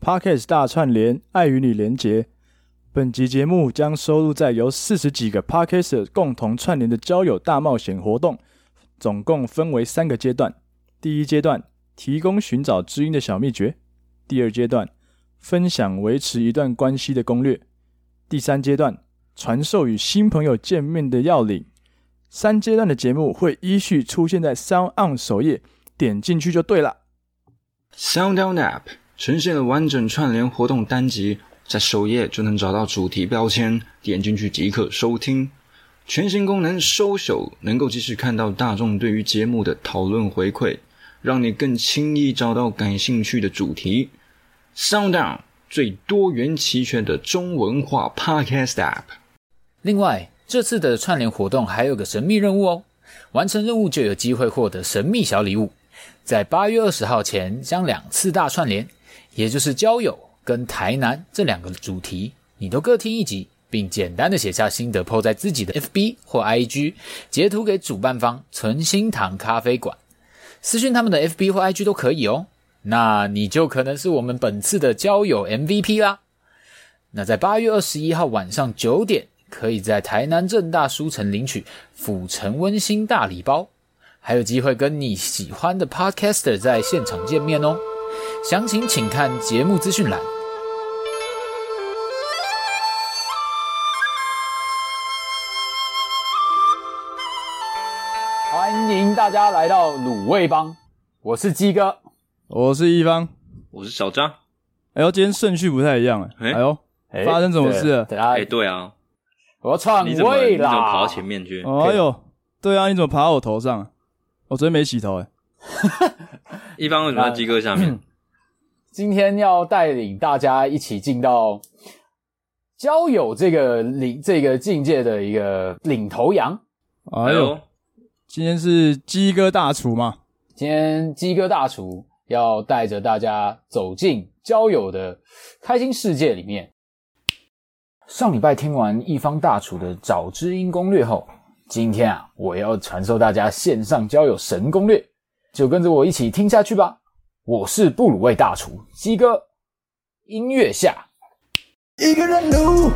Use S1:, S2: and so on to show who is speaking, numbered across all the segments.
S1: Podcast 大串联，爱与你连结。本集节目将收录在由四十几个 Podcaster 共同串联的交友大冒险活动，总共分为三个阶段。第一阶段，提供寻找知音的小秘诀；第二阶段，分享维持一段关系的攻略；第三阶段，传授与新朋友见面的要领。三阶段的节目会依序出现在 Sound On 首页，点进去就对了。
S2: Sound On App 呈现了完整串联活动单集，在首页就能找到主题标签，点进去即可收听。全新功能“收手”能够及时看到大众对于节目的讨论回馈，让你更轻易找到感兴趣的主题。Sound On 最多元齐全的中文化 Podcast App。
S3: 另外，这次的串联活动还有个神秘任务哦，完成任务就有机会获得神秘小礼物。在八月二十号前将两次大串联，也就是交友跟台南这两个主题，你都各听一集，并简单的写下心得，PO 在自己的 FB 或 IG，截图给主办方纯心堂咖啡馆，私讯他们的 FB 或 IG 都可以哦。那你就可能是我们本次的交友 MVP 啦。那在八月二十一号晚上九点，可以在台南正大书城领取府城温馨大礼包，还有机会跟你喜欢的 Podcaster 在现场见面哦。详情请看节目资讯栏。欢迎大家来到卤味帮，我是鸡哥。
S1: 我是一方。
S4: 我是小张。
S1: 哎呦，今天顺序不太一样哎。
S4: 哎
S1: 哎呦，发生什么事了
S3: 对啊
S4: 哎、，对啊，
S3: 我要篡
S4: 你怎么你
S3: 位
S4: 怎么跑
S3: 啦！哦
S4: 到前面去？
S1: 哎呦，对啊，你怎么爬到我头上啊？我昨天没洗头哎。
S4: 一方为什么在鸡哥下面？
S3: 嗯今天要带领大家一起进到交友这个领这个境界的一个领头羊。
S1: 哎呦，，今天是鸡哥大厨嘛？
S3: 今天鸡哥大厨要带着大家走进交友的开心世界里面。上礼拜听完一方大厨的找知音攻略后，今天啊，我要传授大家线上交友神攻略，就跟着我一起听下去吧。我是布鲁味大厨鸡哥，音乐下。
S5: 一个人撸，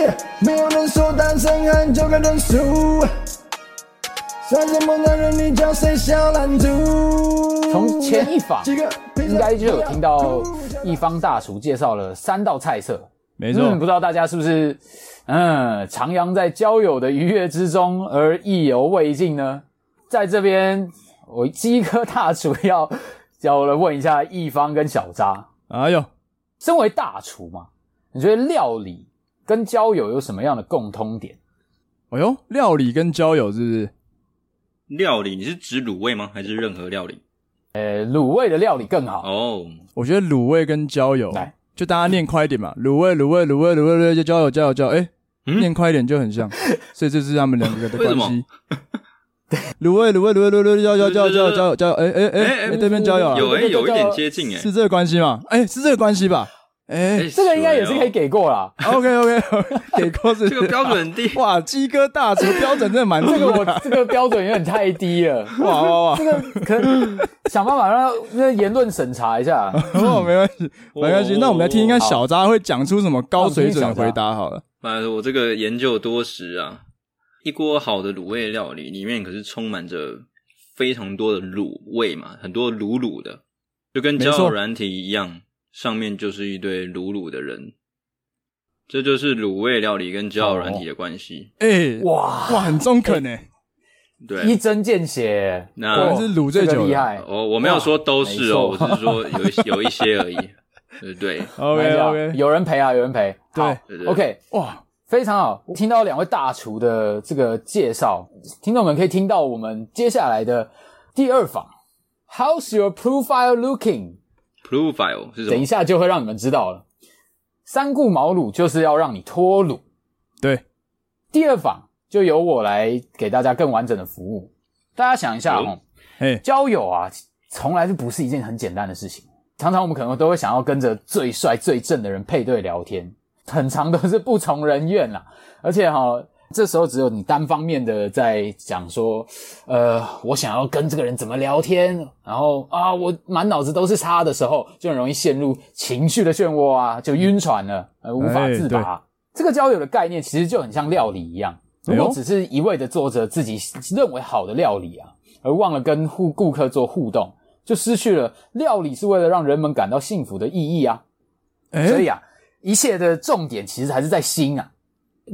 S5: 耶、没有人说单身汉就该认输。算什么男人，你叫谁小懒猪？
S3: 从前一访
S5: 几个
S3: 应该就有听 到一方大厨介绍了三道菜色，
S1: 没错，
S3: 嗯，不知道大家是不是，嗯，徜徉在交友的愉悦之中而意犹未尽呢？在这边，我鸡科大厨要要来问一下一方跟小扎，
S1: 哎呦，
S3: 身为大厨嘛，你觉得料理跟交友有什么样的共通点？
S1: 哎呦，料理跟交友是不是？
S4: 料理，你是指卤味吗？还是任何料理？
S3: 呃，卤味的料理更好，
S4: 哦，
S1: 我觉得卤味跟交友
S3: 来，
S1: 就大家念快一点嘛，卤味卤味卤味卤味卤味就交友交友交友，哎、
S4: 嗯
S1: 念快一点就很像，所以这是他们两个的
S4: 为什
S1: 关
S4: 么
S1: 系。卤味卤味卤味卤味卤味交友交友交友交友交友，哎哎哎
S4: 哎哎
S1: 哎，对面交友
S4: 有
S1: 啊，
S4: 哎、有一点接近哎、
S1: 是这个关系吗？哎、是这个关系吧？哎、
S4: 哎
S3: 这个应该也是可以。给过啦。
S1: o k OK，给 过是，
S4: 水哦这个标准很低
S1: 哇，鸡哥大厨标准真 的蛮低
S3: 这个我
S1: 的，
S3: 这个标准有点太低了，
S1: 哇哇哇
S3: 这，个可想办法让那言论审查一 下。
S1: 哦，没关系，没关系。
S4: 哦
S1: 那我们来听一看小扎会讲出什么高水准的回答好了。
S4: 妈的，我这个研究多时啊！一锅好的卤味料理里面可是充满着非常多的卤味嘛，很多卤卤的，就跟
S1: 没
S4: 交友
S1: 错
S4: 软体一样，上面就是一堆卤卤的人。这就是卤味料理跟交友软体的关系。
S1: 哎，
S3: 哇
S1: 哇，很中肯哎，
S3: 一
S4: 对，
S3: 针见血，
S4: 那
S3: 哇
S4: 果然
S1: 是卤最久的
S3: 这个厉害。
S4: 哦，我没有说都是哦，
S3: 哇没错
S4: 我是说有一些有一 些而已。对对，
S3: 没
S1: OK
S3: 事啊
S1: OK，
S3: 有人陪啊，有人陪。好
S1: 对
S4: 对对
S3: OK，
S1: 哇，
S3: 非常好。听到两位大厨的这个介绍，听众们可以听到我们接下来的第二访。How's your profile looking？
S4: profile 是什
S3: 等一
S4: 么？
S3: 下就会让你们知道了。三顾茅庐就是要让你脱乳。
S1: 对，
S3: 第二访就由我来给大家更完整的服务。大家想一下
S4: 哦
S3: 哦，
S1: 哎，
S3: 交友啊，从来就不是一件很简单的事情。常常我们可能都会想要跟着最帅最正的人配对聊天，很长都是不从人愿啦。而且哈、这时候只有你单方面的在讲说，呃，我想要跟这个人怎么聊天，然后啊，我满脑子都是他的时候，就很容易陷入情绪的漩涡啊，就晕船了，呃，无法自拔。这个交友的概念其实就很像料理一样，
S1: 哎
S3: 如
S1: 呦
S3: 果只是一味的做着自己认为好的料理啊，而忘了跟顾顾客做互动，就失去了料理是为了让人们感到幸福的意义啊。
S1: 哎
S3: 所以啊，一切的重点其实还是在心啊。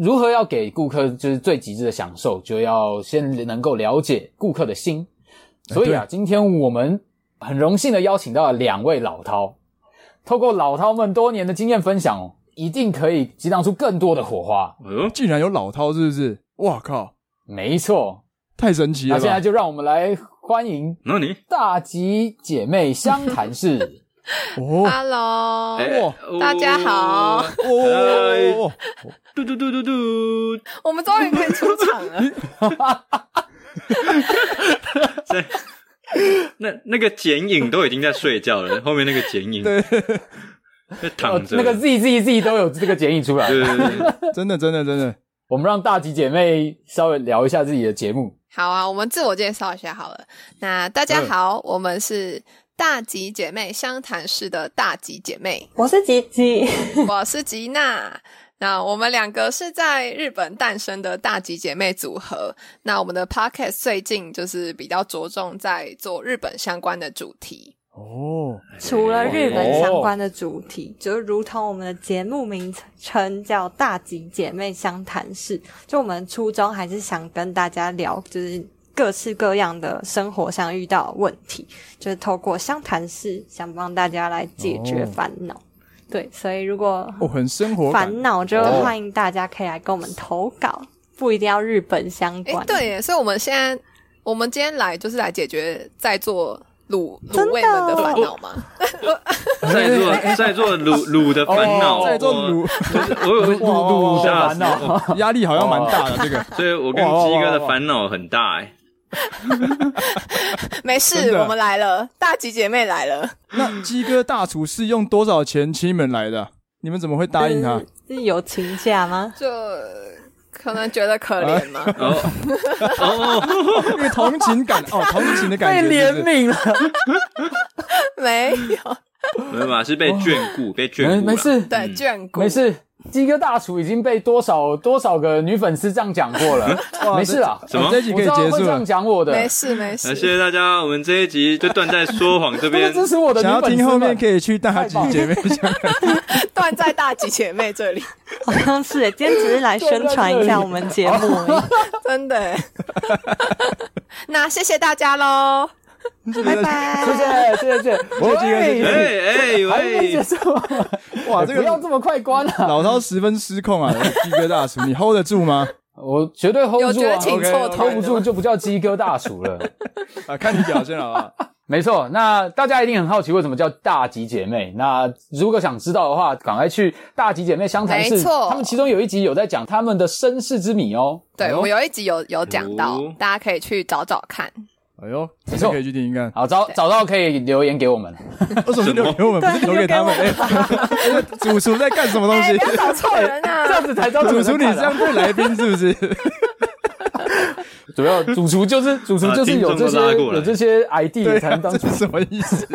S3: 如何要给顾客就是最极致的享受，就要先能够了解顾客的心。所以啊，
S1: 哎对
S3: 今天我们很荣幸的邀请到了两位老饕，透过老饕们多年的经验分享哦，一定可以激荡出更多的火花。
S4: 哎呦，
S1: 竟然有老饕是不是？哇靠，
S3: 没错，
S1: 太神奇
S3: 那
S1: 了
S3: 现在
S1: 吧！
S3: 就让我们来欢迎
S4: 那你
S3: 大吉姐妹相 谈室。
S1: 哦
S6: Hello，、
S4: 哎
S1: 哇
S4: 哦
S6: 大家好
S1: 哦，
S4: 嘟嘟嘟嘟嘟，
S6: 我们终于可以出场了。
S4: 在那那个剪影都已经在睡觉了，后面那个剪影在躺着，
S3: 呃那个 Z Z Z 都有这个建议出来。
S4: 对 对对对，
S3: 哎
S1: 真的真的真的，
S3: 我们让大吉姐妹稍微聊一下自己的节目。
S6: 好啊，我们自我介绍一下好了。那大家好，我们是大吉姐妹湘潭市的大吉姐妹，
S7: 我是吉吉，
S6: 我是吉娜。那我们两个是在日本诞生的大吉姐妹组合。那我们的 podcast 最近就是比较着重在做日本相关的主题。
S1: 哦，
S7: 除了日本相关的主题，就如同我们的节目名称叫《大吉姐妹相谈室》，就我们初衷还是想跟大家聊，就是各式各样的生活上遇到的问题，就是透过相谈室想帮大家来解决烦恼。对，所以如果
S1: 哦，很生活感
S7: 烦，恼，就
S1: 哦
S7: 欢迎大家可以来跟我们投稿，不一定要日本相
S6: 哎、
S7: 关。
S6: 对耶，所以我们现在我们今天来就是来解决在座卤
S7: 真
S6: 卤
S7: 的
S6: 味们的烦恼吗？
S4: 在
S3: 哎
S4: 座在座卤卤的烦
S3: 哦
S4: 恼，
S1: 哦在做
S4: 我
S1: 卤，
S4: 就是 我有
S1: 哇哇哇哇
S4: 吓
S3: 烦
S4: 死
S3: 恼
S4: 我，
S1: 压力好像蛮大的这个。
S4: 所以我跟
S1: 哇哇
S4: 鸡哥
S1: 哇
S4: 的
S1: 哇
S4: 烦恼很大哎，
S6: 没
S1: 真
S6: 事，
S1: 的
S6: 我们来了，大吉姐妹来了。
S1: 那鸡哥大厨是用多少钱请你们来的啊？你们怎么会答应他？
S7: 是有请假吗？
S6: 就可能觉得可怜嘛。
S4: 哦哦，
S1: 因为同情感哦，同情的感觉是不是
S3: 悯了，
S6: 没有，
S4: 没有吧，是被眷顾，被眷
S3: 没
S4: 顾，
S3: 没，事
S6: 对，眷顾
S3: 没，事。鸡哥大厨已经被多少多少个女粉丝这样讲过 了，没事啦，
S4: 什么
S1: 哦这一集
S3: 我
S1: 可以
S3: 知道
S1: 结
S3: 会
S1: 束
S3: 这样
S1: 了。
S3: 讲我的
S6: 没，事，没
S4: 那
S6: 事。
S4: 谢谢大家，我们这一集就断在说谎
S3: 多
S4: 这
S3: 多
S4: 边，
S3: 支持我的
S1: 想
S3: 女
S1: 要
S3: 粉丝
S1: 听后面
S3: 们。
S1: 可以去大吉姐妹家。
S6: 断在大吉姐妹这里，
S7: 好像是耶，今天只是来宣传一下我们节目而已。
S6: 真的。那谢谢大家喽，拜
S3: 谢
S6: 拜。
S3: 谢谢谢谢谢，
S1: 谢鸡哥谢谢
S4: 哎
S3: 喂
S4: 哎
S3: 还没结
S4: 喂，
S3: 束，
S1: 哇，这
S3: 不要
S1: 个
S3: 这么快关啊！
S1: 老饕十分失控啊！鸡哥大厨，你 hold 得住吗？
S3: 我绝对 hold
S6: 有
S3: 住
S6: 觉得
S3: 啊
S6: 请错团
S3: ，hold 不
S6: 了
S3: 住
S6: 吗？
S3: 就不叫鸡哥大厨了。
S1: 啊，看你表现好不好？
S3: 没错，那大家一定很好奇为什么叫大吉姐妹。那如果想知道的话，赶快去大吉姐妹相谈室
S6: 没，错
S3: 他们其中有一集有在讲他们的身世之谜哦。
S6: 对，我
S3: 有。
S6: 有一集有有讲到
S4: 哦，
S6: 大家可以去找找看。
S1: 哎呦，这
S3: 没
S1: 是
S3: 错啊
S1: 可以去听听看。
S3: 好，找找到可以留言给我 们。
S1: 为什么是留给我们，不是留给他们？哎， 哎主厨在干什么东
S6: 哎，
S1: 西
S6: 不？要找错人啊！
S3: 这样子才知道
S1: 主
S3: 主
S1: 厨，你这样对来宾是不是？
S3: 主要主厨就是主厨就是有这些、
S4: 啊听众都拉过来
S3: 有这些 ID
S1: 对
S3: 才能
S1: 啊，
S3: 当
S1: 这
S3: 主
S1: 是什么意思？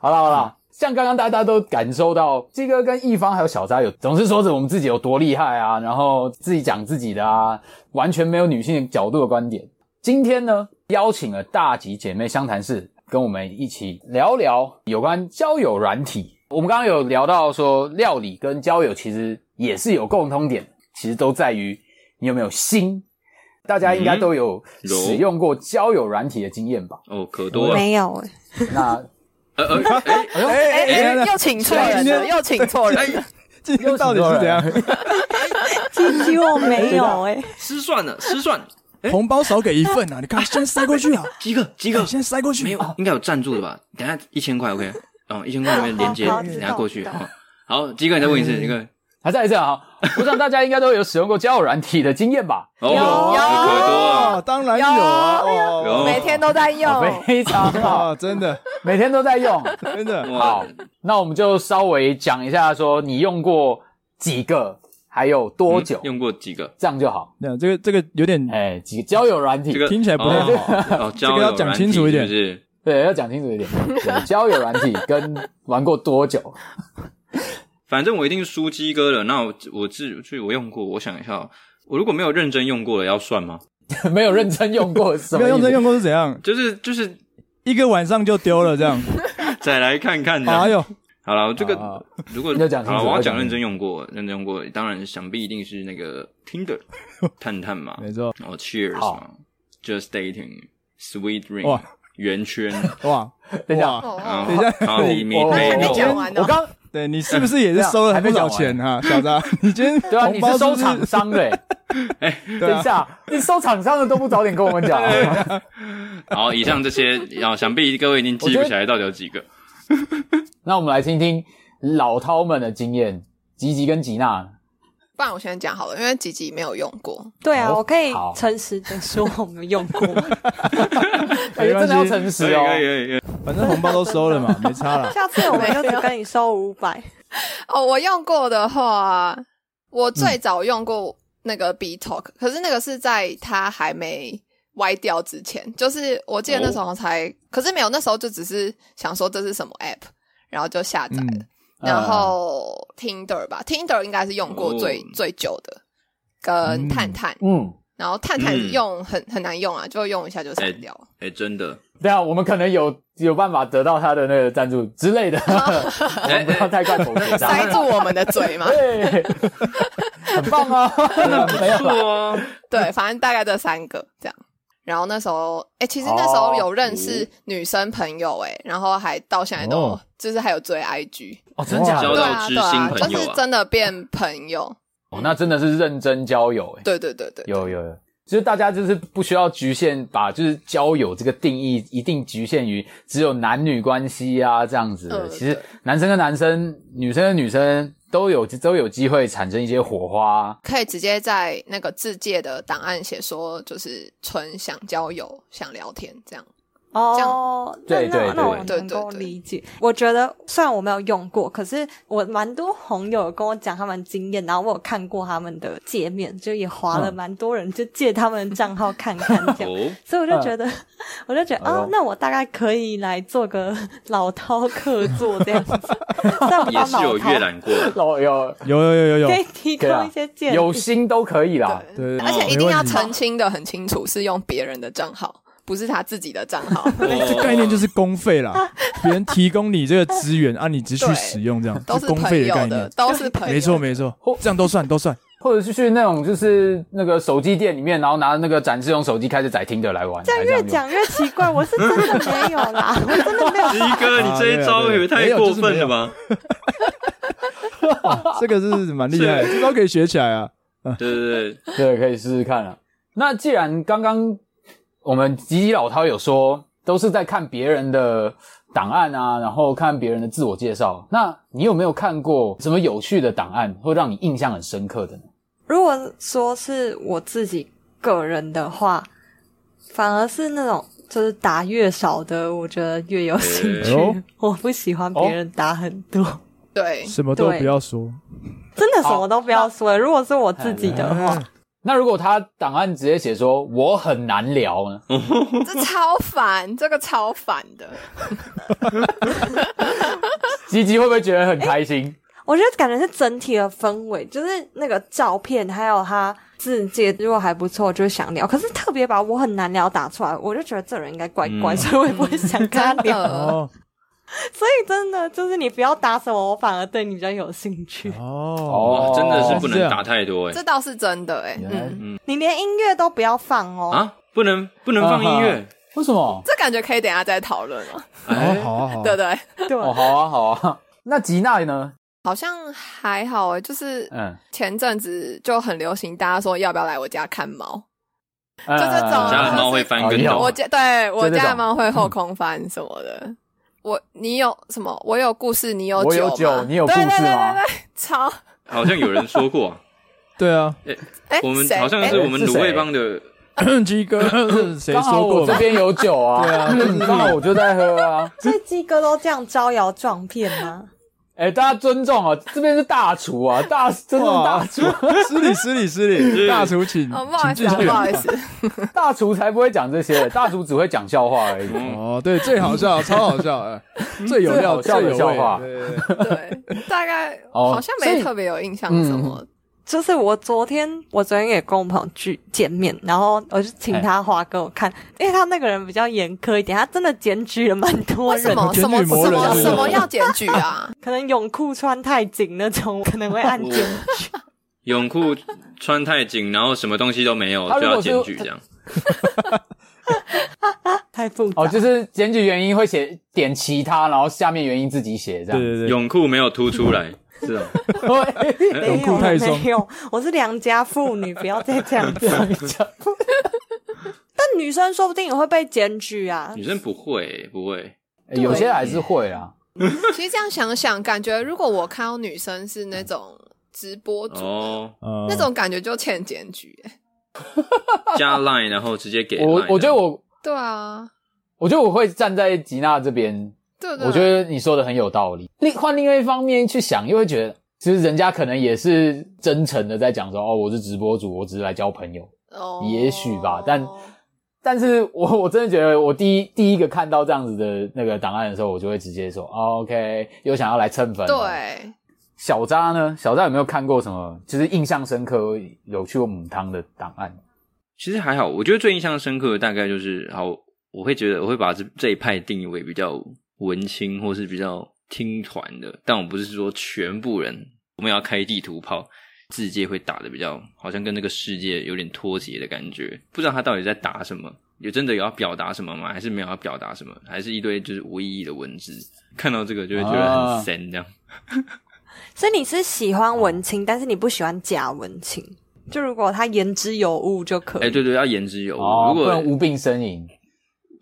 S3: 好了好了，像刚刚大家都感受到，鸡哥跟一方还有小扎有总是说着我们自己有多厉害啊，然后自己讲自己的啊，完全没有女性角度的观点。今天呢，邀请了大吉姐妹湘潭市跟我们一起聊聊有关交友软体。我们刚刚有聊到说，料理跟交友其实也是有共通点，其实都在于你有没有心。大家应该都有
S4: 有
S3: 使用过交友软体的经验吧？
S4: 哦，可多了，
S7: 没有哎、
S3: 那
S4: 呃呃，哎
S1: 哎呦
S6: 哎
S1: 哎
S6: 哎，又请错人了，又请错人了。
S1: 今天到底是怎样？
S7: 欸，鸡我没有哎、
S4: 失算了，失算，
S1: 红包少给一份啊！你看，现在塞过去啊！
S4: 鸡哥鸡哥
S1: 哎，现在塞过去，
S4: 没有，应该有赞助的吧？等一下一千块，OK，哦，一千块里面连接，
S7: 好好好
S4: 等一下过去
S7: 知道嗯
S4: 哦。好，鸡哥你再问一次，鸡哥，
S3: 还再一次 啊！我想大家应该都有使用过交友软体的经验吧？
S4: 哦，可多
S1: 哦
S4: 了，
S1: 当然有啊！
S4: 有
S1: 哦，
S6: 每天都在用，
S3: 非常好，
S1: 啊，真的，
S3: 每天都在用。
S1: 真的，
S4: 哇
S3: 好，那我们就稍微讲一下，说你用过几个还有多久，
S4: 嗯用过几个？
S3: 这样就好。
S1: 那这个这个有点
S3: 哎，几个交友软体，
S4: 这个
S1: 听起来不太好
S4: 好。 哦，交友
S1: 要讲
S4: 软体
S1: 清楚一
S4: 是不
S1: 点
S4: 是？
S3: 对，要讲清楚一点。对交友软体跟玩过多久，
S4: 反正我一定输鸡哥了。那我我自去我用过，我想一下哦，我如果没有认真用过的要算吗？
S3: 没有认真用过，是什
S1: 没
S3: 么
S1: 有
S3: 意
S1: 用
S3: 思
S1: 真用过是怎样？
S4: 就是就是
S1: 一个晚上就丢了这样？
S4: 再来看看呢。
S1: 哎呦，
S4: 好了，这
S3: 啊
S4: 个如果
S3: 你就讲清
S4: 好
S3: 楚
S4: 了，我要
S3: 要
S4: 讲
S3: 讲
S4: 认
S3: 清
S4: 真用过，认真用过，当然想必一定是那个 Tinder 探探嘛，
S1: 没错，
S4: 然后 Cheers
S3: 好
S4: 嘛，Just Dating、Sweet
S1: 哇
S4: Ring、圆圈，
S1: 哇
S3: 等一下
S1: 哇，
S6: 哦，
S4: 然
S1: 等一下
S4: 后 然后
S1: 我
S4: 里面
S3: 我
S6: 还没
S3: 我
S6: 讲完呢
S3: 我刚
S1: 对你是不是也是收了
S3: 还
S1: 很不
S3: 没讲
S1: 少
S3: 完
S1: 钱哈，小张？你今天
S3: 对啊，
S1: 红
S3: 你
S1: 包是
S3: 是收
S1: 不是
S3: 厂商的 欸，
S4: 对
S3: 等一
S4: 啊，
S3: 下，你收厂商的都不早点跟我们 讲啊，
S4: 好，以上这些，然后想必各位已经记不起来到底有几个。
S3: 那我们来听听老饕们的经验，吉吉跟吉娜，
S6: 不然我先讲好了，因为吉吉没有用过。
S7: 对啊，
S3: 好
S7: 我可以
S3: 好
S7: 诚实的说我没用 过。
S3: 哎
S1: 没关系
S3: 真的要诚实
S4: 可以
S3: 哦。
S4: 可以可以可以，
S1: 反正红包都收了嘛，没差啦。
S7: 下次我们就只跟你收五百。
S6: 哦，我用过的话，
S4: 嗯
S6: 我最早用过那个 B Talk，、可是那个是在它还没歪掉之前，就是我记得那时候才，
S4: 哦
S6: 可是没有，那时候就只是想说这是什么 App，然后就下载了。
S4: 嗯
S6: 然后 Tinder 吧、t i n d e r 应该是用过最、
S4: 哦
S6: 最久的，跟探探，
S3: 嗯，
S6: 然后探探
S4: 嗯
S6: 用很、很难用啊，就用一下就删掉了。
S4: 哎，真的，
S3: 对啊，我们可能有有办法得到他的那个赞助之类的，我们不要太快口舌之
S6: 塞
S3: 争。
S6: 住我们的嘴嘛，
S3: 对，哎很棒啊，没有啦，
S4: 错啊，
S6: 对，反正大概这三个这样。然后那时候，哎、其实那时
S1: 哦
S6: 候有认识
S1: 嗯
S6: 女生朋友、哎、然后还到现在都、
S3: 哦
S6: 就是还有追 IG，
S3: 哦，真假
S4: 交
S6: 对
S3: 的？
S4: 到
S6: 啊
S4: 知
S6: 对
S4: 心
S6: 啊，
S4: 朋友
S6: 就是
S4: 啊
S6: 真的变朋友，
S3: 哦，那真的是认真交友哎，
S6: 对对对对，
S3: 有有有，就是大家就是不需要局限把就是交友这个定义一定局限于只有男女关系啊这样子的。
S6: 嗯
S3: 其实
S6: 对
S3: 男生跟男生、女生跟女生都有都有机会产生一些火花。
S6: 可以直接在那个自介的档案写说，就是纯想交友、想聊天这样。这样
S7: 哦，那
S3: 对对
S7: 那那我
S6: 对
S7: 能
S6: 对
S7: 够
S6: 对对
S7: 理解。我觉得虽然我没有用过，可是我蛮多红友跟我讲他们经验，然后我有看过他们的界面，就也划了
S3: 嗯
S7: 蛮多人就借他们的账号看看 这样。
S4: 哦，
S7: 所以我就觉得，我就觉得
S3: 哎呦
S7: 哦，那我大概可以来做个老饕客座这 样子，虽然我不知
S4: 也
S7: 道
S4: 是
S7: 老
S4: 有阅
S7: 饕
S4: 览过的，
S3: 有有
S1: 有有有有有
S7: 可，以提
S3: 可以
S7: 供
S3: 啊
S7: 一些建议，
S3: 有心都可以啦。
S1: 对，
S6: 而且一定
S1: 没
S6: 要
S1: 问题
S6: 澄清的很清楚，是用别人的 账号，不是他自己的账号，
S1: 这概念就是公费 啦，别人提供你这个资源啊，你只去使用，这样
S6: 都
S1: 是
S6: 是
S1: 公
S6: 朋
S1: 费
S6: 友
S1: 概
S6: 的
S1: 念，，
S6: 都是朋友。
S1: 没错没错，
S3: 哦
S1: 这样都算都 算。
S3: 或者是去那种就是那个手机店里面，然后拿那个展示用手机开始载听的来玩，
S7: 这样
S3: 来
S7: 越
S3: 用
S7: 讲越奇怪，我是真的没有啦，我真的没有
S4: 鸡哥，你这一招也太过分了吧？
S1: 这个是蛮厉害的，这招可以学起来啊。
S4: 对对对，
S3: 对，可以试试看啊。那既然刚刚我们吉吉老饕有说，都是在看别人的档案啊，然后看别人的自我介绍，那你有没有看过什么有趣的档案，会让你印象很深刻的呢？
S7: 如果说是我自己个人的话，反而是那种就是打越少的，我觉得越有兴
S1: 哎
S7: 趣。
S1: 呦
S7: 我不喜欢别人打很多，
S6: 对，
S1: 什么都不要说，
S7: 真的什么都不要说。如果是我自己
S1: 哎哦
S7: 的话，
S3: 那如果他档案直接写说我很难聊呢？
S6: 这超烦，这个超烦的。
S3: 吉吉会不会觉得很开心？
S7: 我觉得感觉是整体的氛围，就是那个照片还有他字界，如果还不错，就想聊。可是特别把我很难聊打出来，我就觉得这人应该怪怪，
S4: 嗯
S7: 所以我也不会想跟他
S6: 真
S7: 聊。
S6: 的，
S1: 哦
S7: 所以真的就是你不要打什么，我反而对你比较有兴趣。
S1: 哦，
S4: 哇，
S3: 哦，
S4: 真的是不
S1: 这
S4: 能
S1: 样
S4: 打太多哎
S6: 这倒是真的哎、
S3: 原来
S6: 嗯，
S7: 你连音乐都不要放哦。
S4: 啊，不能不能放音乐，
S3: 为什么？
S6: 这感觉可以等一下再讨论了，
S1: 哦好啊好啊，
S6: 对不对？
S7: 对，
S3: 哦，好啊，好啊。那吉娜呢？
S6: 好像还好哎、就是
S3: 嗯，
S6: 前阵子就很流行，大家说要不要来我家看猫？
S3: 就
S6: 这种
S3: 嗯
S4: 家的
S6: 啊
S4: 猫会翻跟
S3: 哦
S4: 斗
S6: 我，家对我
S3: 这种
S6: 家的猫会后空翻什么的。我你有什么？我有故事，你有
S3: 我有
S6: 酒吗
S3: 酒你有故
S6: 对
S3: 事
S6: 对对
S3: 吗
S6: 对对，超
S4: 好像有人说过啊，
S1: 对 啊，
S6: 哎，
S4: 我们
S6: 谁
S4: 好像
S6: 哎
S4: 是我们卤味帮的，
S1: 鸡哥谁
S3: 刚好
S1: 说
S3: 我
S1: 过
S3: 这
S1: 嘛？
S3: 边有酒啊，对啊，刚好我就在喝啊。
S7: 所以鸡哥都这样招摇撞骗吗？
S3: 哎、大家尊重啊，这边是大厨 啊，大真正大厨，啊
S1: 失礼失礼失礼，大厨请
S6: 哦，不好
S1: 请
S6: 意
S1: 进
S6: 思，
S1: 去
S6: 不。好意思，
S3: 大厨才不会讲这些，大厨只会讲笑话而已。
S1: 哦，对，最好笑，超好笑，哎最有料，
S3: 嗯 最好笑
S1: 最
S3: 的
S1: 有
S3: 笑
S1: 味
S3: 话
S1: 对对对
S6: 对，大概
S3: 哦
S6: 好像
S3: 所
S6: 没
S3: 以
S6: 特别有印象
S3: 嗯
S6: 什么。
S7: 就是我昨天，我昨天也跟我朋友聚见面，然后我就请他画给我看，因为他那个人比较严苛一点，他真的检举了蛮多
S6: 为什
S7: 人，
S6: 么
S1: 检
S6: 什么
S1: 举
S6: 什
S1: 魔人
S6: 么
S1: 是不是
S6: 什么要检举啊？
S7: 可能泳裤穿太紧那种，可能会按检举。
S4: 泳裤穿太紧，然后什么东西都没有，
S3: 他
S4: 就
S3: 如
S4: 要
S3: 果是
S4: 检举这样。
S7: 太复杂。
S3: 哦，就是检举原因会写点其他，然后下面原因自己写这样。
S1: 对对对，
S4: 泳裤没有凸出来，是啊，
S3: 对，
S7: 没
S1: 泳裤
S7: 有
S1: 太松
S7: 没有，我是良家妇女，不要再这样子。但女生说不定也会被检举啊。
S4: 女生不会不会，
S3: 哎有些还是会啊。
S6: 其实这样想想，感觉如果我看到女生是那种直播主，
S4: 哦，
S1: 呃
S6: 那种感觉就欠检举、欸。
S4: 加 line 然后直接给 line
S3: 我
S4: 的
S3: 我觉得我，
S6: 对啊，
S3: 我觉得我会站在吉娜这边，
S6: 对不对？
S3: 我觉得你说的很有道理。另换另外一方面去想，又会觉得其实人家可能也是真诚的在讲说，哦，我是直播主，我只是来交朋友。
S6: 哦
S3: 也许吧但但是我 我真的觉得，我第一第一个看到这样子的那个档案的时候，我就会直接说、哦、，OK，又想要来蹭粉。，
S6: 对，
S3: 小扎呢？小扎有没有看过什么？就是印象深刻有去过母汤的档案？
S4: 其实还好，我觉得最印象深刻的大概就是，好，我会觉得我会把这这一派定义为比较文青或是比较听团的，但我不是说全部人，我们也要开地图炮，世界会打的比较，好像跟这个世界有点脱节的感觉，不知道他到底在打什么，有真的有要表达什么吗？还是没有要表达什么？还是一堆就是无意义的文字？看到这个就会觉得
S3: 啊
S4: 很神这样。
S7: 所以你是喜欢文青，但是你不喜欢假文青。就如果他言之有物就可以。
S4: 哎、对对，要言之有物。
S3: 哦，
S4: 如果
S3: 不能无病呻吟。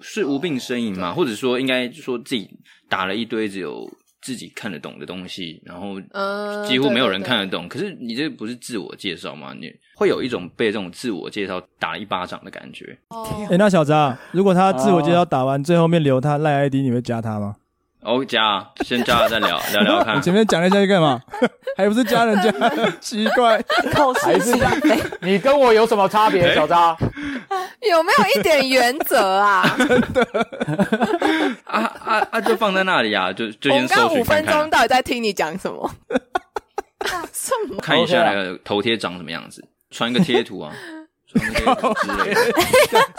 S4: 是无病呻吟
S6: 哦
S4: 嘛，或者说应该说自己打了一堆只有自己看得懂的东西，然后
S6: 嗯
S4: 几乎没有人
S6: 对对对
S4: 看得懂。可是你这不是自我介绍吗？你会有一种被这种自我介绍打了一巴掌的感觉。
S6: 哦
S1: 哎、那小张，如果他
S3: 啊
S1: 自我介绍打完，最后面留他赖 ID，你会加他吗？
S4: 哦，
S6: 嗯
S4: 加啊先加了再 聊聊 聊看
S1: 你。前面讲了一下去干嘛？ 还不是加人家？ 奇怪，
S7: 口是心非。
S3: 你跟我有什么差别，
S4: 哎
S3: 小 扎？
S6: 有没有一点原则啊？
S4: 啊啊啊！就放在那里啊，就 就
S6: 我
S4: 先
S6: 们刚
S4: 搜
S6: 刚五
S4: 寻看
S6: 分钟
S4: 看，
S6: 到底在听你讲什么？什么？
S4: 看一
S3: OK
S4: 下
S3: 啊
S4: 那个头贴长什么样子，传个贴 图啊，传个贴图之类的。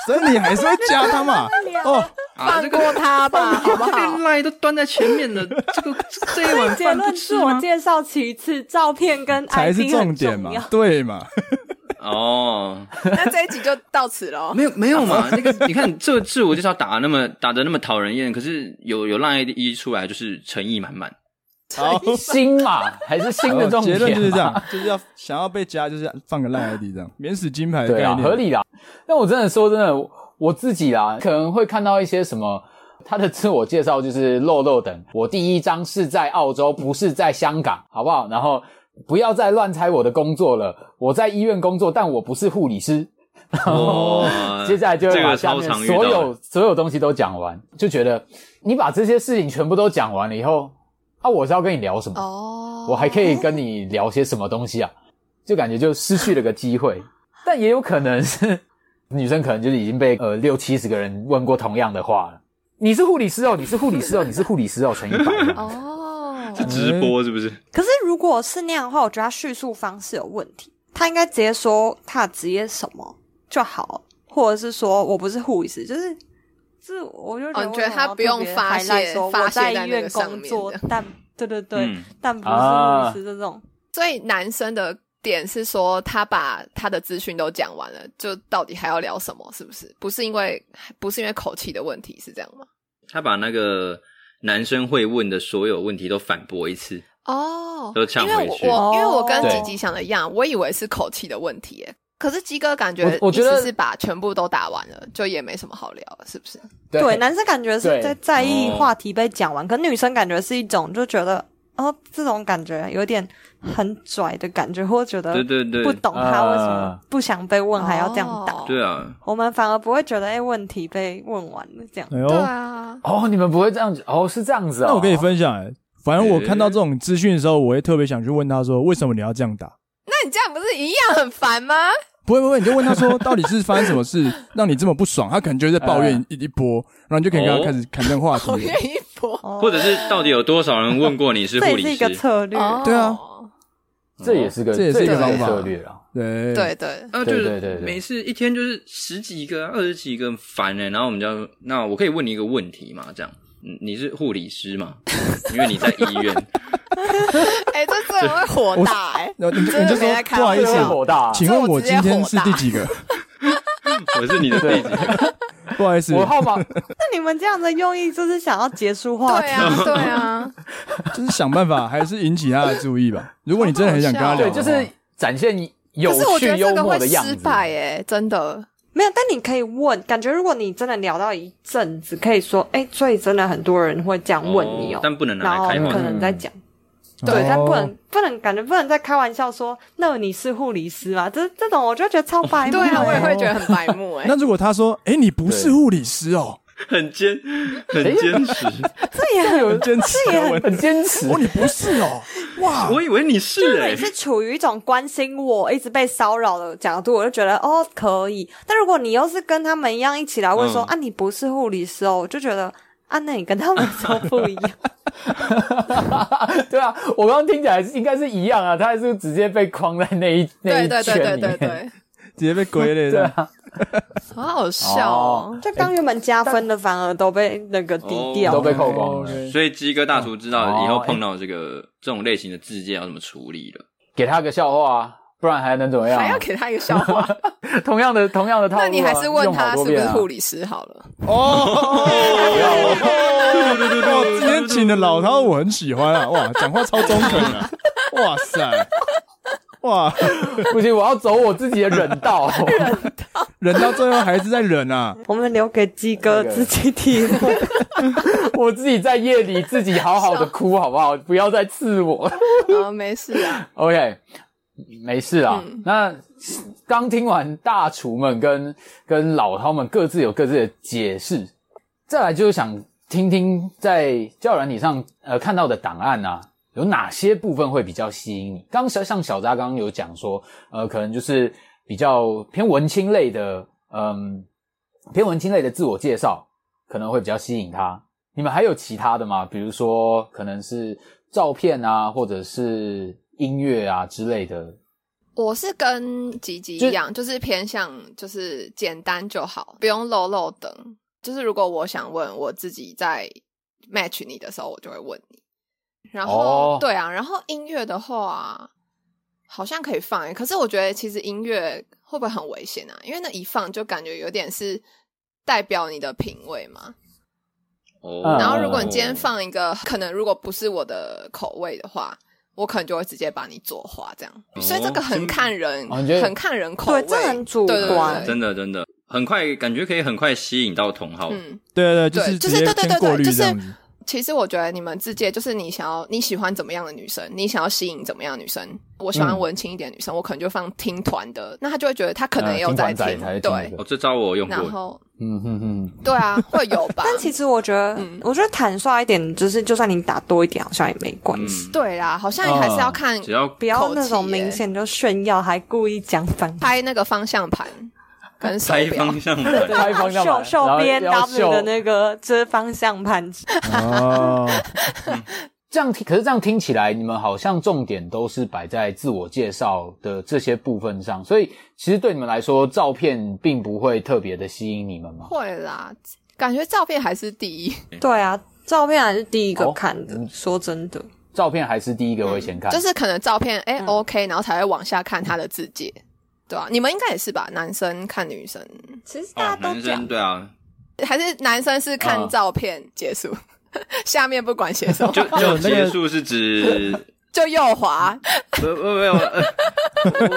S1: 所以你还是会加他 嘛？哦，
S4: 啊，
S6: 放
S4: 这
S6: 过
S4: 个
S6: 他吧，好不 好？
S4: 赖都端在前面的，这个这一碗
S7: 结
S4: 饭
S7: 论
S4: 不
S7: 自
S4: 吃
S7: 我
S4: 吗？
S7: 介绍其次，照片跟 ID
S1: 才是重
S7: 很
S1: 点
S7: 重
S1: 嘛
S7: 要。，
S1: 对嘛？
S4: 哦，
S6: 那这一集就到此喽。
S4: 没有没有嘛，那个你看这自我介绍打得那么打的那么讨人厌，可是有有让 ID 出来就是诚意满满，
S3: 好，新嘛，还是新的重点
S1: 哦结
S3: 嘛？
S1: 论就是这样，就是要想要被加，就是要放个赖 ID 这样，免死金牌的
S3: 对
S1: 概
S3: 啊，
S1: 念，
S3: 合理啦。但我真的说真的，我我自己啦，可能会看到一些什么，他的自我介绍就是漏漏等，我第一张是在澳洲，不是在香港，好不好？然后不要再乱猜我的工作了，我在医院工作，但我不是护理师。
S4: 哇
S3: 哦 接下来就
S4: 哦这
S3: 会把
S4: 个
S3: 下
S4: 超
S3: 面
S4: 常遇到
S3: 所
S4: 的
S3: 有所有东西都讲完，就觉得你把这些事情全部都讲完了以后，啊，我是要跟你聊什么？
S6: 哦，
S3: 我还可以跟你聊些什么东西啊？就感觉就失去了个机 会，但也有可能是女生可能就是已经被呃六七十个人问过同样的话了。你是护理师哦，你是护理师哦，你是护理师哦，乘以百嘛。
S6: 哦，
S4: 直
S3: 嗯
S4: 播是不是？
S7: 可是如果是那样的话，我觉得他叙述方式有问题。他应该直接说他的职业什么就好，或者是说我不是护理师，就是这我就
S6: 哦
S7: 觉得
S6: 你
S7: 为
S6: 觉得
S7: 什么要
S6: 他不用
S7: 特别
S6: 发泄
S7: highlight 说
S6: 发
S7: 我
S6: 泄在
S7: 在医
S6: 那个
S7: 院
S6: 上
S7: 工
S6: 面
S7: 作
S6: 的，
S7: 但对对对，
S4: 嗯
S7: 但不是
S1: 啊
S7: 护理师这种。
S6: 所以男生的点是说他把他的资讯都讲完了，就到底还要聊什么？是不是？不是因为不是因为口气的问题，是这样吗？
S4: 他把那个男生会问的所有问题都反驳一次，
S6: 哦，
S4: 都呛
S6: 因为
S4: 回去
S6: 我我因为我跟
S3: 对
S6: 吉吉想的一样，我以为是口气的问题耶。可是鸡哥感觉
S3: 我我觉
S6: 意思
S3: 得
S6: 是把全部都打完了，就也没什么好聊了，是不是？
S7: 对，男生感觉是
S3: 对
S7: 在在意
S4: 哦
S7: 话题被讲完，可女生感觉是一种就觉得哦，这种感觉有点很拽的感觉，或者觉得
S4: 对对对
S7: 不懂他为什么
S3: 啊
S7: 不想被问还要这样打。
S6: 哦
S4: 对啊，
S7: 我们反而不会觉得哎、问题被问完了这样。
S1: 哎呦
S4: 哦
S6: 对，啊，
S3: 哦，你们不会这样子哦，是这样子哦。
S1: 那我跟你分享、哎，反正我看到这种资讯的时候，我会特别想去问他说，为什么你要这样打？
S6: 那你这样不是一样很烦吗？
S1: 不会不会，你就问他说，到底是发生什么 事让你这么不爽？他可能就会在抱怨一一波，然后你就可以跟
S3: 哦
S1: 他开始砍这话题
S6: 我。愿意播。
S4: 或者是到底有多少人问过你 是护
S7: 这也
S4: 理
S7: 是一个
S4: 师？
S7: 策略。
S6: 哦
S1: 对啊，
S3: 这也是个
S1: 这也是一个
S3: 也
S1: 方法
S3: 策略啊。
S1: 对
S6: 对对，
S4: 啊，就
S3: 对
S4: 是
S3: 对对对
S4: 每次一天就是十几个啊、二十几个，很烦呢、然后我们就那我可以问你一个问题嘛？这样，嗯你是护理师嘛？因为你在医 院，
S6: 哎，这真的会火大哎。
S1: 然后你就
S6: 真
S1: 你
S6: 的
S1: 就
S6: 没在
S1: 说
S6: 开
S1: 不好
S6: 玩
S1: 意
S6: 笑
S1: 思，
S6: 啊这个火
S3: 大啊
S1: 请问我今天是第几 个？
S4: 我是你的弟弟，
S1: 不好意思，
S3: 号码
S7: 那你们这样的用意就是想要结束话
S6: 对
S7: 题？
S6: 啊，对啊，
S1: 就是想办法还是引起他的注意吧。如果你真的很想跟他
S6: 好好
S1: 聊
S6: 笑
S1: 的
S6: 哦
S1: 话，
S3: 展现有
S6: 可是我觉得这个会失败哎，真的。
S7: 没有，但你可以问。感觉如果你真的聊到一阵子，可以说，哎、所以真的很多人会这样问你哦、
S4: 但不能拿
S7: 然后
S4: 来开
S7: 可
S4: 放。
S7: 能再讲。
S1: 哦
S7: 对，但不能不能感觉不能再开玩笑说，那你是护理师吗？这这种我就觉得超白目哦的。
S6: 对啊，我也会觉得很白 目哎
S1: 那。如果他说，哎，你不是护理师哦，
S4: 很坚，很坚持。
S7: 这也很
S1: 坚持
S7: 这也很
S3: 很坚 持
S1: 哦，你不是哦，哇，
S4: 我以为你是哎、
S7: 你是处于一种关心我、一直被骚扰的角度，我就觉得哦可以。但如果你又是跟他们一样一起来问说、
S4: 嗯
S7: 啊，你不是护理师哦，我就觉得啊，那你跟他们都不一样。
S3: 对啊，我刚刚听起来应该是一样啊，他还是直接被框在那一那
S6: 对
S3: 一
S6: 对对对
S3: 圈里
S6: 对
S3: 面。
S6: 对，
S1: 直接被归类
S3: 对
S1: 的。
S3: 啊，
S6: 好好笑哦。
S7: 就刚原本加分的反而都被那个低调
S3: 都
S7: 了，
S3: 被扣光了，
S1: OK
S4: 所以鸡哥大厨知道
S3: 哦
S4: 以后碰到这个、这种类型的字界要怎么处理了。
S3: 给他个笑话啊，不然还能怎么样啊？
S6: 还要给他一个笑 话，
S3: 同样的同样的套路啊，
S6: 那你还是问
S3: 用
S6: 他
S3: 好
S6: 是
S3: 多
S6: 不
S3: 遍
S6: 是
S3: 啊
S6: 护理师好了。
S1: 哦哇，今天请的老涛我很喜欢啊，哇，讲话超中肯啊， 哇塞，哇，
S3: 不行，我要走我自己的忍 道。
S1: 忍到最后还是在忍啊，
S7: 我们留给鸡哥自己体会。
S3: 我自己在夜里自己好好的哭，好不好？不要再刺我。
S6: 啊，没事啊，
S3: OK，没事啦。那刚听完大厨们跟跟老饕们各自有各自的解释，再来就是想听听在教软体上呃看到的档案啊，有哪些部分会比较吸引你？刚小像小扎刚刚有讲说，呃，可能就是比较偏文青类的，嗯，偏文青类的自我介绍可能会比较吸引他。你们还有其他的吗？比如说可能是照片啊，或者是音乐啊之类的。
S6: 我是跟吉吉一样，就是偏向就是简单就好，不用漏漏等。就是如果我想问我自己在 match 你的时候，我就会问你。然后、
S3: 哦
S6: 对啊，然后音乐的话，好像可以放、欸，可是我觉得其实音乐会不会很危险啊？因为那一放就感觉有点是代表你的品味嘛。
S4: 哦
S3: 嗯
S6: 然后如果你今天放一个，可能如果不是我的口味的话，我可能就会直接把你作化这样。
S4: 哦
S6: 所以这个很看人，
S3: 哦你觉得
S6: 很看人口味，
S7: 对这很主观
S6: 对对对对
S4: 真的真的很快，感觉可以很快吸引到同
S3: 哦
S4: 好。
S6: 嗯，
S1: 对对，就
S6: 对
S1: 是
S6: 就
S1: 直
S6: 是
S1: 接
S6: 对对
S1: 先
S6: 对
S1: 过滤
S6: 对，就
S1: 这
S6: 是
S1: 样子，
S6: 其实我觉得你们自介就是你想要你喜欢怎么样的女生，你想要吸引怎么样的女生。我喜欢
S3: 嗯
S6: 文青一点的女生，我可能就放听团的，那他就会觉得他可能也有在
S3: 嗯听团仔才会听那
S6: 对
S3: 个，
S4: 哦，这招我有用
S6: 然
S4: 过，
S6: 后
S3: 嗯哼哼，
S6: 对啊，会有 吧？
S7: 但其实我觉得，
S6: 嗯
S7: 我觉得坦率一点，就是就算你打多一点，好像也没关系。
S4: 嗯，
S6: 对啦，好像还是要看
S4: 只要
S7: 不要
S6: 口
S7: 那种
S6: 气
S7: 明
S6: 耶
S7: 显就炫耀，还故意讲反
S6: 拍那个方向盘跟手
S4: 拍
S6: 表
S4: 方。向盘，
S3: 开方向
S7: 秀
S3: 盘
S7: 秀
S3: 然后
S7: B N
S3: 要
S7: W
S3: 秀
S7: 的那个遮方向盘，
S1: 哦，
S3: 这样听，可是这样听起来，你们好像重点都是摆在自我介绍的这些部分上，所以其实对你们来说，照片并不会特别的吸引你们嘛。
S6: 会啦，感觉照片还是第一，
S7: 对啊，照片还是第一个
S3: 哦
S7: 看的。说真的，
S3: 照片还是第一个会先看，
S6: 就是可能照片哎、OK，然后才会往下看他的字节，对啊，你们应该也是吧？男生看女生，
S7: 其实大
S4: 哦，
S7: 家都
S4: 男
S7: 讲
S4: 生，对啊，
S6: 还是男生是看
S3: 啊
S6: 照片结束， 下面不管写 什么
S4: 就 就
S1: 有那个
S4: 结束是指
S6: 就右滑，
S4: 不不没有，呃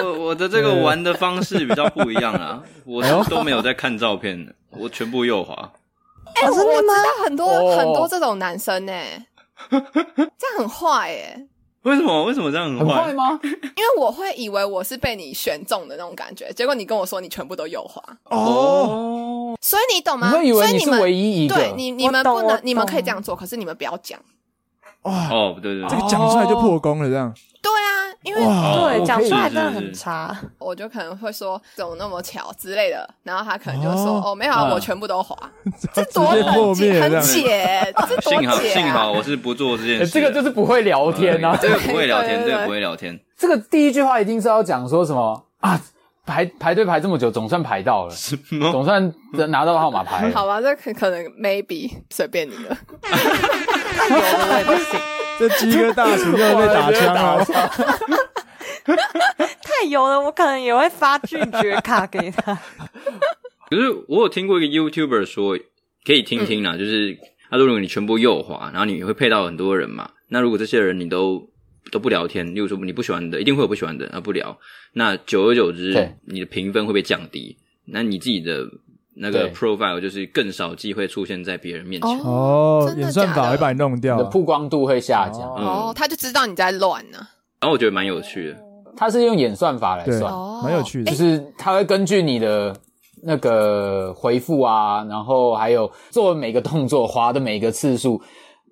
S4: 我我的这个玩的方式比较不一样啦，我是都没有在看照片的，我全部右滑。
S6: 哎、我我知道很多、
S3: 哦
S6: 很多这种男 生呢、这样很坏哎、
S4: 为什么为什么这样
S3: 很
S4: 很
S3: 快
S4: 坏？
S3: 吗？
S6: 因为我会以为我是被你选中的那种感觉，结果你跟我说你全部都右滑，
S4: 哦，
S6: 所以你懂
S3: 你
S6: 吗？
S3: 会以
S6: 所
S3: 为你
S6: 以你
S3: 是
S6: 们
S3: 唯一一个，
S6: 对你你
S7: 我
S6: 们
S7: 懂
S6: 不
S7: 我
S6: 能
S7: 懂，
S6: 你们可以这样做，可是你们不要讲。
S1: 哇，
S4: 哦，对对
S1: 这
S4: 对
S1: 个，讲出来就破功了，这样
S6: 对啊，因为
S1: 哇，
S4: 哦
S7: 对，讲出来
S4: 是
S7: 真的
S4: 是
S7: 很
S4: 是
S7: 差。
S6: 我就可能会说怎么那么巧之类的，然后他可能就说
S1: 哦
S6: 哦没有啊，
S3: 嗯
S6: 我全部都滑， 这
S1: 直
S6: 多
S1: 接破
S6: 冷
S1: 灭
S6: 解，
S1: 了这
S6: 很
S1: 样子。
S6: 解，这多
S4: 幸好
S6: 解
S4: 幸好
S6: 啊！
S4: 我是不做这件
S3: 欸
S4: 事，
S3: 这个就是不会聊天啊
S4: 嗯，这个不会聊天，
S6: 对对
S4: 这
S6: 对
S4: 个不会聊天，
S3: 这个第一句话一定是要讲说什么啊？排排队排这么久，总算排到了，总算拿到号码牌了。
S6: 好吧，这可可能 maybe 随便你了。
S1: 这鸡哥大厨又被打枪啊 了，
S7: 太油了，我可能也会发拒绝卡 给他。
S4: 可是我有听过一个 YouTuber 说，可以听听啦，就是他说，如果你全部右滑，然后你会配到很多人嘛。那如果这些人你都都不聊天，例如说你不喜欢的，一定会有不喜欢的啊，不聊。那久而久之
S3: 对，
S4: 你的评分会被降低，那你自己的那个
S3: 对
S4: profile 就是更少机会出现在别人面前。
S6: 哦
S1: 哦，
S6: 真的
S1: 演算
S6: 假
S1: 法
S6: 的
S1: 会把你弄掉
S3: 你的
S1: 啊。
S3: 曝光度会下降，
S4: 嗯
S6: 哦，他就知道你在乱啊呢。
S4: 然后我觉得蛮有趣的，
S3: 它是用演算法来
S1: 对，
S3: 算，
S6: 哦
S1: 蛮有趣的
S3: 就。是它会根据你的那个回复啊，然后还有做每个动作、滑的每个次数，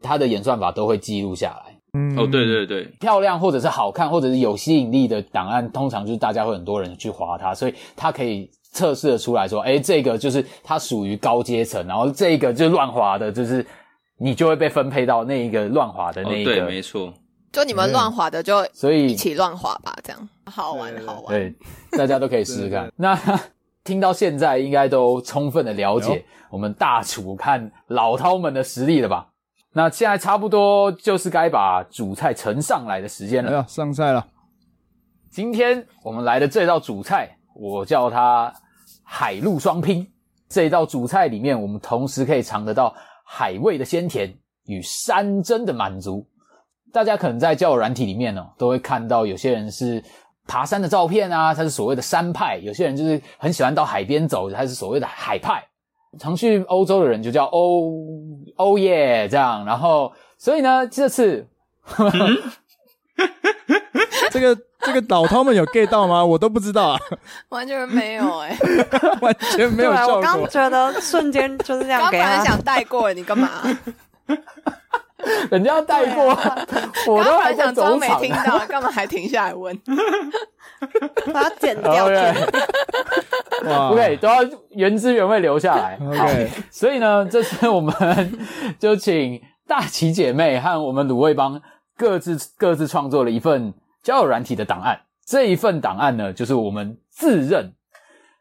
S3: 它的演算法都会记录下来。
S1: 嗯
S4: 哦，对，对对，
S3: 漂亮或者是好看或者是有吸引力的档案，通常就是大家会很多人去划它，所以它可以测试的出来说，哎，这个就是它属于高阶层，然后这个就是乱划的，就是你就会被分配到那一个乱划的
S4: 哦
S3: 那一
S4: 对，
S3: 个，
S4: 没错，
S6: 就你们乱滑的就
S3: 所以
S6: 一起乱滑吧，这样好玩好玩。
S3: 对，大家都可以试试看。那听到现在，应该都充分的了
S1: 有
S3: 解我们大厨看老饕们的实力了吧？那现在差不多就是该把主菜呈上来的时间
S1: 哎
S3: 了。
S1: 呀，上菜了，
S3: 今天我们来的这道主菜，我叫它海陆双拼。这一道主菜里面，我们同时可以尝得到海味的鲜甜与山珍的满足。大家可能在交友软体里面哦，都会看到有些人是爬山的照片啊，他是所谓的山派；有些人就是很喜欢到海边走，他是所谓的海派。常去欧洲的人就叫欧欧耶这样，然后所以呢，这次
S1: 这个这个老饕们有 get 到吗？我都不知道啊，
S6: 完全没有哎、
S1: 完全没有
S7: 对啊，
S1: 效
S7: 我刚
S1: 果。
S7: 觉得瞬间就是这样
S6: 刚
S7: 给
S6: 本来
S7: 他。
S6: 想带过，你干嘛？
S3: 人家带过，我 都
S6: 刚
S3: 还
S6: 本来
S3: 在
S6: 想装
S3: 走
S6: 没
S3: 场
S6: 听
S3: 呢。
S6: 到，干嘛还停下来问？
S7: 把它剪
S3: 哦
S7: 掉。
S1: 哇
S3: OK，都要原汁原味留下来。
S1: 哦 OK，
S3: 所以呢，这次我们就请大琪姐妹和我们卤味帮各自各自创作了一份交友软体的档案。这一份档案呢，就是我们自认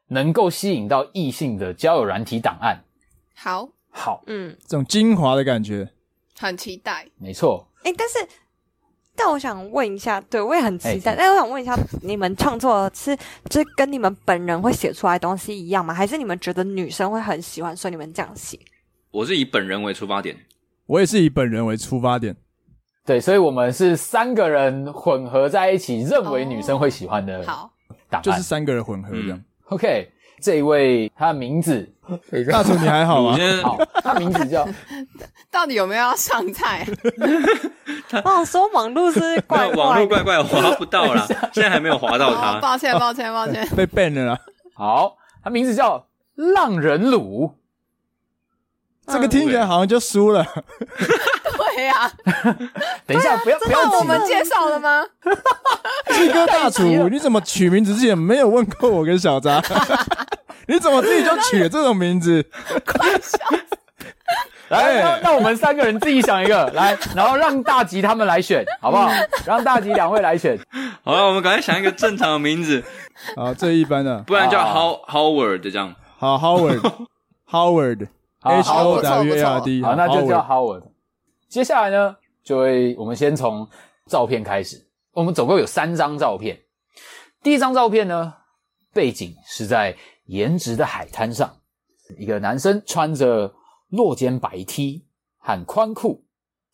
S3: 能够吸引到异性的交友软体档案。
S6: 好，
S3: 好，
S6: 嗯，
S1: 这种精华的感觉，
S6: 很期待。
S3: 没错，
S7: 哎、但是，但我想问一下，对我也很期待。
S3: 哎
S7: 但我想问一下，你们创作是就是跟你们本人会写出来的东西一样吗？还是你们觉得女生会很喜欢，所以你们这样 写？
S4: 我是以本人为出发点，
S1: 我也是以本人为出发点。
S3: 对，所以我们是三个人混合在一起，认为女生会喜欢的
S6: 好，
S3: 档案。
S1: 就是三个人混合这样。
S3: OK，这一位他的名字，
S1: 大厨你还好
S4: 我
S1: 吗？
S4: 先
S3: 好，啊他名字叫
S6: 到底有没有要上菜？
S7: 我想说网络是怪
S4: 那网
S7: 怪
S4: 络
S3: 啊
S7: 的，
S4: 怪怪滑不 到啦，现在还没有滑到
S6: 哦，
S4: 它。
S6: 抱歉，抱歉，抱歉。
S1: 被 ban 了啊啦，
S3: 好，他名字叫浪人卤。
S1: 这个听起来好像就输了。
S6: 对呀、
S3: 等一下，不要不要
S6: 那我
S3: 急
S6: 们介绍了吗？
S1: 鸡哥大厨，你怎么取名字之前没有问过我跟小扎？ 你怎么自己就取了这种名字？
S3: 来，那
S1: 哎
S3: 那我们三个人自己想一个来，然后让大吉他们来选，好不好？让大吉两位来选。
S4: 好了，我们赶快想一个正常的名字，
S1: 啊，最一般的，
S4: 不然叫
S3: 好
S4: How Howard 这样。
S1: 好 Howard，Howard。
S3: 好
S1: H
S3: 好
S1: O
S6: 不错不
S1: W A
S6: 错
S1: R D，
S3: 好，那就叫
S1: Howard
S3: Howard。接下来呢，就会我们先从照片开始。我们总共有三张照片。第一张照片呢，背景是在颜值的海滩上，一个男生穿着落肩白 T 和宽裤，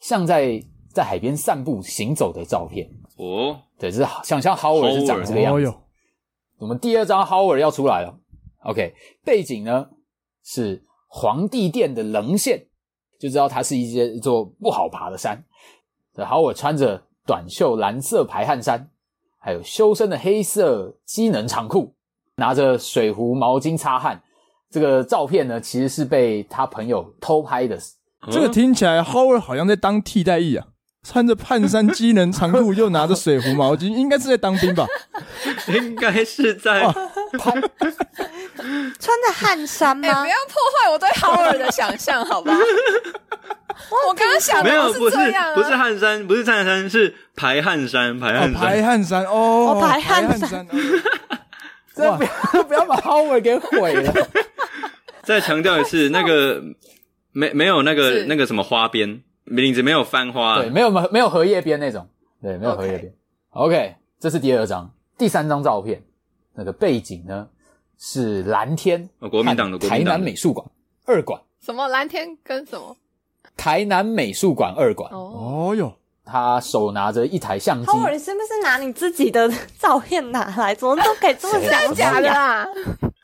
S3: 像在在海边散步行走的照片。
S4: 哦，
S3: 对，这是想象 Howard 是长这个样
S1: 哦
S3: 子。
S1: 哟，
S3: 我们第二张 Howard 要出来了。OK，背景呢是皇帝殿的棱线，就知道它是一些一座不好爬的山。对，Howard 穿着短袖蓝色排汗衫，还有修身的黑色机能长裤，拿着水壶毛巾擦汗。这个照片呢，其实是被他朋友偷拍的。
S4: 哦
S1: 这个听起来 Howard 好像在当替代役啊。穿着汗衫机能长裤，又拿着水壶毛巾，应该是在当兵 吧？
S4: 应该是在
S7: 穿着汗衫
S6: 哎、
S7: 吗
S6: 不？要破坏我对 Howard 的想象，好吧？ 我刚刚 想
S4: 没
S6: 的
S4: 有，
S6: 不
S4: 不
S6: 是
S4: 是
S6: 这样啊，
S4: 不是汗衫，不是汗衫，是排汗衫，排
S3: 哎
S1: 哦
S4: 汗，
S1: 排
S4: 衫。
S1: 汗衫哦，
S7: 哦排汗
S1: 汗
S7: 衫
S1: 衫。
S8: 真的不 要不要把 Howard 给毁了。
S4: 再强调一次，那个没没有那个
S6: 是
S4: 那个什么花边领子没有翻花，
S3: 对，没有没有荷叶边那种，对，没有荷叶边。OK，这是第二张，第三张照片，那个背景呢是蓝天，
S4: 哦国民党的
S3: 和
S4: 国
S3: 台
S4: 民党
S3: 南
S4: 的
S3: 美术馆二馆，
S6: 什么蓝天跟什么
S3: 台南美术馆二馆，
S6: 哦，
S1: 哦哟，
S3: 他手拿着一台相机，
S7: 好，你是不是拿你自己的照片拿来？怎么都可以这么
S3: 谁
S7: 想
S6: 假的啊啦！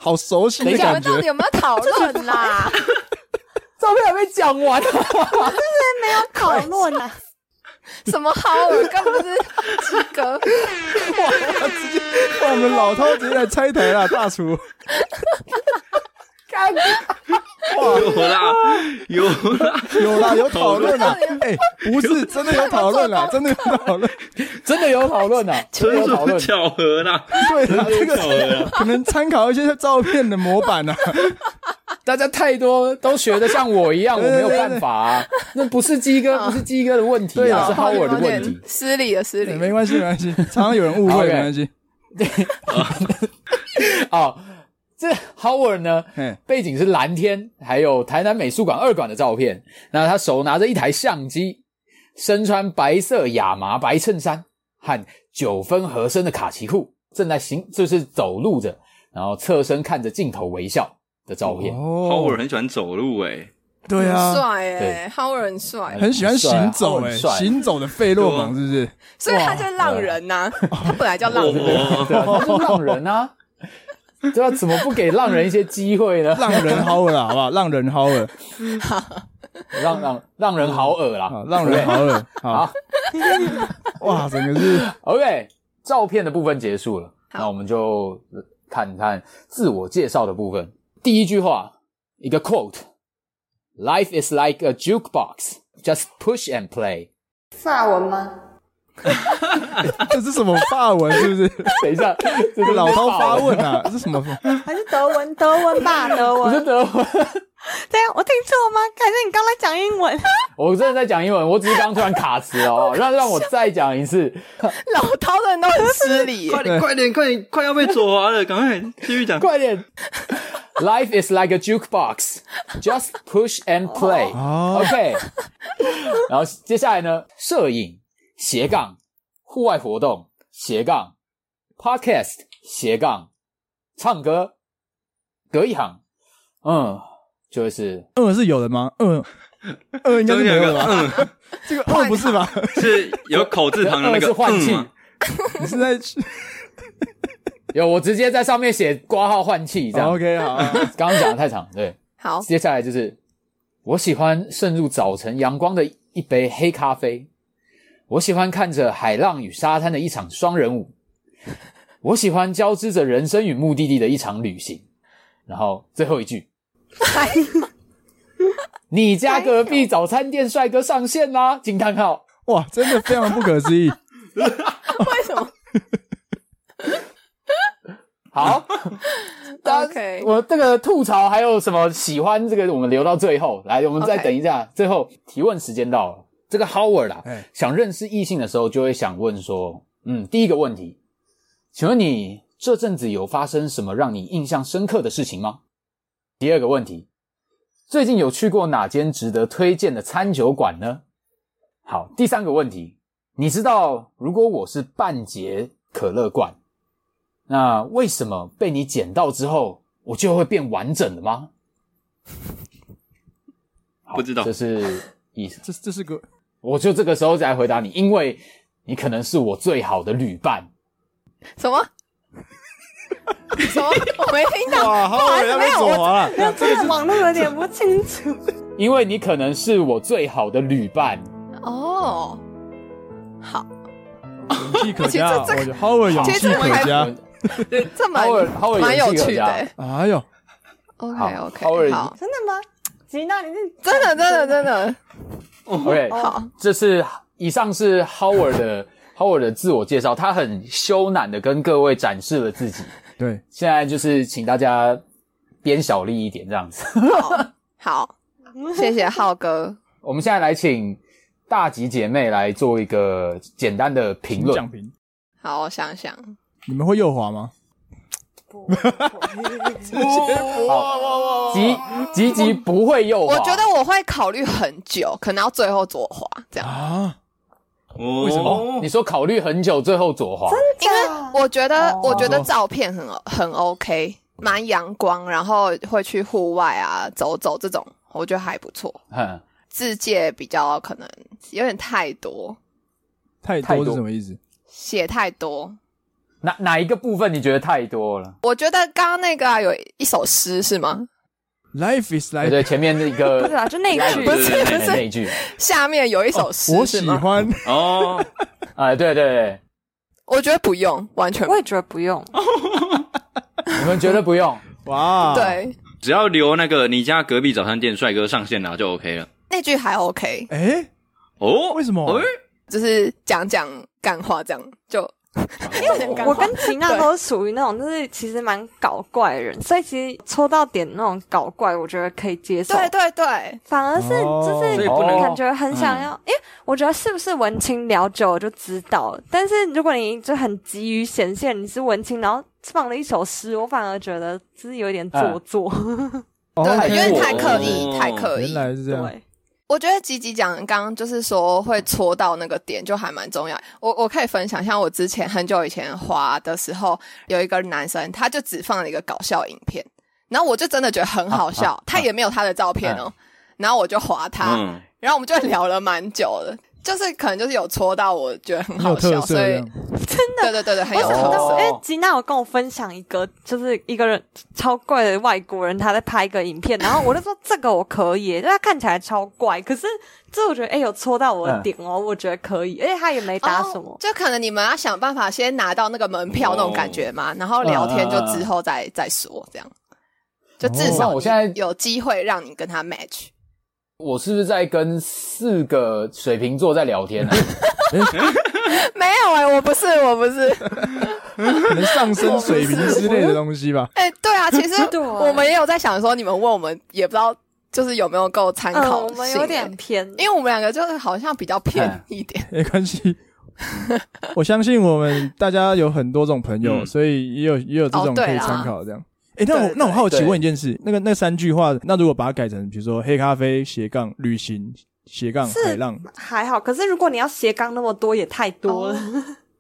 S1: 好熟悉
S3: 等
S1: 的
S3: 一下
S1: 感
S6: 我们到底
S1: 觉。
S6: 有没有讨论啊啦？
S8: 照片还没讲完、啊，
S7: 讨论啊？
S6: 什么 Howard 根本就是鸡哥，
S1: 哇我们老饕直接来拆台啦，大厨。
S4: 有啦有啦，
S1: 有啦，有讨论啦。哎，不是真的有讨论啦，真的有讨论。
S3: 真的有讨论啊，真的
S4: 纯
S3: 有讨
S4: 属
S3: 论。
S4: 巧合啦，
S1: 对啦，这
S4: 纯属
S1: 个
S4: 巧合啦。
S1: 可能参考一些照片的模板啊。
S3: 大家太多都学的像我一样，我
S1: 对
S3: 没
S1: 对
S3: 有办法啊。那不是鸡哥，不是鸡哥的问题
S1: 对
S3: 啊，
S1: 啊
S3: 是 Howard 的
S6: 哦有
S3: 问题
S6: 点。失礼了，失礼
S1: 对
S6: 了。
S1: 没关系，没关系，常常有人误会，
S3: OK
S1: 没关系。
S3: 哦，这 Howard 呢，
S1: 嗯，
S3: 背景是蓝天，还有台南美术馆二馆的照片。那他手拿着一台相机，身穿白色亚麻白衬衫和九分合身的卡其裤，正在行就是走路着，然后侧身看着镜头微笑的照片。
S4: Howard
S1: 哦，
S4: 很喜欢走路哎诶，
S1: 对
S6: 很
S1: 啊，
S6: 帅哎，Howard 很帅，
S1: 很喜欢行走，哎，
S3: 很帅啊
S1: 行走的费洛蒙是不是？
S6: 所以他就是浪人呐，他本来叫浪人。
S3: 对啊，他是浪人啊，对啊，怎么不给浪人一些机会呢？
S1: 浪人 Howard 啦好不好？浪人 Howard
S3: 让让让人好恶啦
S1: 啊，，浪人 Howard 好
S3: 好。
S1: 哇，整个是
S3: OK，照片的部分结束了，
S6: 好
S3: 那我们就看看自我介绍的部分。第一句话，一个 quote：“Life is like a jukebox, just push and play。
S7: 法文吗？
S1: 这是什么法文？是不是？”
S3: 等一下， 这是
S1: 老
S3: 涛
S1: 饕发问，啊，这是什么？
S7: 还是德文？德文吧， 德
S3: 不是
S7: 文。
S3: 德文。
S7: 对啊，我听错吗？感觉你刚才讲英 文。
S3: 我真的在讲英文，我只是刚刚突然卡词哦，让让我再讲一次。
S6: 老饕的人都很失礼耶，
S4: 快点快点快点，快要被左滑了，赶快继续讲。
S3: 快点。Life is like a jukebox, just push and play.
S1: 哦
S3: OK，然后接下来呢，摄影斜杠，户外活动斜杠，podcast 斜杠，唱歌，隔一行，嗯，就是
S1: 二是有的吗？二二应该是没有的吧？
S4: 嗯，
S1: 这个二不是 吧？
S4: 是有口字旁的那
S3: 二
S4: 个
S3: 是换气
S4: 嗯，吗
S1: 你是在
S3: 有我直接在上面写挂号换气这样。
S1: OK 好啊，
S3: 刚刚讲的太长，对。
S6: 好，
S3: 接下来就是我喜欢渗入早晨阳光的一杯黑咖啡，我喜欢看着海浪与沙滩的一场双人舞， 我喜欢交织着人生与目的地的一场旅行。然后最后一句，你家隔壁早餐店帅哥上线啦！惊叹号！
S1: 哇，真的非常不可思议。
S6: 为什么？
S3: 好大家
S6: OK
S3: 我这个吐槽还有什么喜欢这个，我们留到最后来，我们再
S6: OK
S3: 等一下最后提问时间到了。这个 Howard 啊，
S1: 哎
S3: 想认识异性的时候，就会想问说，嗯，第一个问题，请问你这阵子有发生什么让你印象深刻的事情吗？第二个问题，最近有去过哪间值得推荐的餐酒馆呢？好，第三个问题，你知道如果我是半截可乐罐，那为什么被你捡到之后，我就会变完整了吗？好
S4: 不知道
S3: 这是意思。
S1: 这这是个
S3: 我就这个时候再回答你，因为你可能是我最好的旅伴。
S6: 什么？什么？我没听 到。
S1: 哇，好有人要被左滑了。
S7: 没有，这个网络有点不清楚。
S3: 因为你可能是我最好的旅伴，
S6: 哦，
S1: 勇气可嘉，我
S6: 其实这
S1: 觉得 Howard 勇
S6: 其
S1: 气
S6: 实
S1: 可
S4: 啊
S1: 嘉。
S6: 这蛮
S3: Howard- Howard
S6: 蛮
S3: 有
S6: 有
S3: 趣
S6: 趣
S3: 有加
S6: 的。
S1: 哎呦，
S6: OK OK，
S3: 好，Howard
S6: 好，
S7: 真的吗？吉娜，你是
S6: 真的真的真的，
S3: OK，
S6: 好，
S3: 这是以上是 Howard 的 Howard 的自我介绍，他很羞赧的跟各位展示了自己。
S1: 对，
S3: 现在就是请大家编小力一点，这样子。
S6: 好，谢谢浩哥。
S3: 我们现在来请大吉姐妹来做一个简单的评论。
S1: 奖评，
S6: 好，我想想，
S1: 你们会右滑吗？
S3: 吉吉吉不会右滑，
S6: 我觉得我会考虑很久，可能要最后左滑这样，
S1: 啊，
S4: 为
S1: 什么
S3: 你说考虑很久，最后左滑，
S6: 因为我觉得
S3: 哦
S6: 我觉得照片很很 OK，蛮阳光，然后会去户外啊走走这种，我觉得还不错。
S3: 哼，
S6: 字界比较可能有点太多，
S1: 太
S3: 太
S1: 多
S3: 多
S1: 是什么意思？
S6: 写太多。
S3: 哪哪一个部分你觉得太多了？
S6: 我觉得刚刚那个啊，有一首诗是吗？
S1: Life is
S3: 对
S1: life，
S3: 对，前面那个
S7: 不 是啊，就那一句
S6: 不是
S3: 那
S6: 不是
S3: 那一句，
S6: 下面有一首诗
S1: 我
S6: 是
S1: 喜
S6: 吗？
S1: 欢。
S4: 哦，
S3: 啊，对对对，
S6: 我觉得不用，完全不
S7: 我也觉得不用。
S3: 你们觉得不用？
S1: 哇，，
S6: 对，
S4: 只要留那个你家隔壁早餐店帅哥上线了就 OK 了。
S6: 那句还 OK，
S1: 哎，
S4: 哦，
S1: 为什么
S4: 哎
S6: 就是讲讲干话这样就。因为
S7: 我跟吉娜都是属于那种，就是其实蛮搞怪的人，所以其实戳到点那种搞怪，我觉得可以接受。
S6: 对对对，
S7: 反而是就
S1: 哦嗯
S7: 是
S4: 所以不能
S7: 感觉很想要，因为我觉得是不是文青聊久了就知道了。但是如果你就很急于显现你是文青，然后放了一首诗，我反而觉得就是有点做作。
S1: 哦
S6: 对，
S3: 太
S6: 因为太
S3: 过
S6: 刻
S4: 了
S6: 意，太刻
S1: 原
S6: 意。
S1: 来是这样。
S7: 对，
S6: 我觉得吉吉讲刚刚就是说会戳到那个点，就还蛮重要。我我可以分享，像我之前很久以前滑的时候，有一个男生，他就只放了一个搞笑影片，然后我就真的觉得很好笑， 他也没有他的照片
S1: 嗯
S6: 哦，然后我就滑他，
S4: 嗯，
S6: 然后我们就聊了蛮久的，就是可能就是有戳到我觉得很
S1: 很有
S6: 好
S1: 特
S6: 笑，
S1: 色
S6: 所
S1: 这
S6: 以
S1: 样，
S6: 对对对对，很
S7: 我
S6: 有
S7: 想
S6: 特
S7: 到，
S6: 色。
S7: 因为吉娜有跟我分享一个，就是一个人超怪的外国人，他在拍一个影片，然后我就说这个我可以耶，就他看起来超怪，可是这我觉得哎、有戳到我的点哦，我觉得可以，而且他也没打什么
S6: 哦，就可能你们要想办法先拿到那个门票那种感觉
S7: 哦
S6: 嘛，然后聊天就之后再、再说，这样就至
S3: 那
S6: 少
S3: 哦我现在
S6: 有机会让你跟他 match。
S3: 我是不是在跟四个水瓶座在 聊天呢、啊
S6: 没有哎、我不是，我不是，
S1: 可能上升水平之类的东西吧。
S6: 哎、对啊，其实
S7: 对
S6: 我们也有在想说，你们问我们也不知道，就是有没有够参
S7: 嗯，
S6: 考、
S7: 我们有点，偏，
S6: 因为我们两个就是好像比较偏一点，
S3: 哦
S1: 没关系，我相信我们大家有很多种朋友，
S4: 嗯
S1: 所以也有也有这
S6: 哦
S1: 种
S6: 对
S1: 可以
S6: 啦
S1: 参考这样。哎、那我
S6: 对
S1: 那我好奇
S3: 对
S1: 问一件事，那个那三句话，那如果把它改成，比如说黑咖啡斜杠旅行斜杠
S7: 是
S1: 海浪，
S7: 还好。可是如果你要斜杠那么多，也太多了。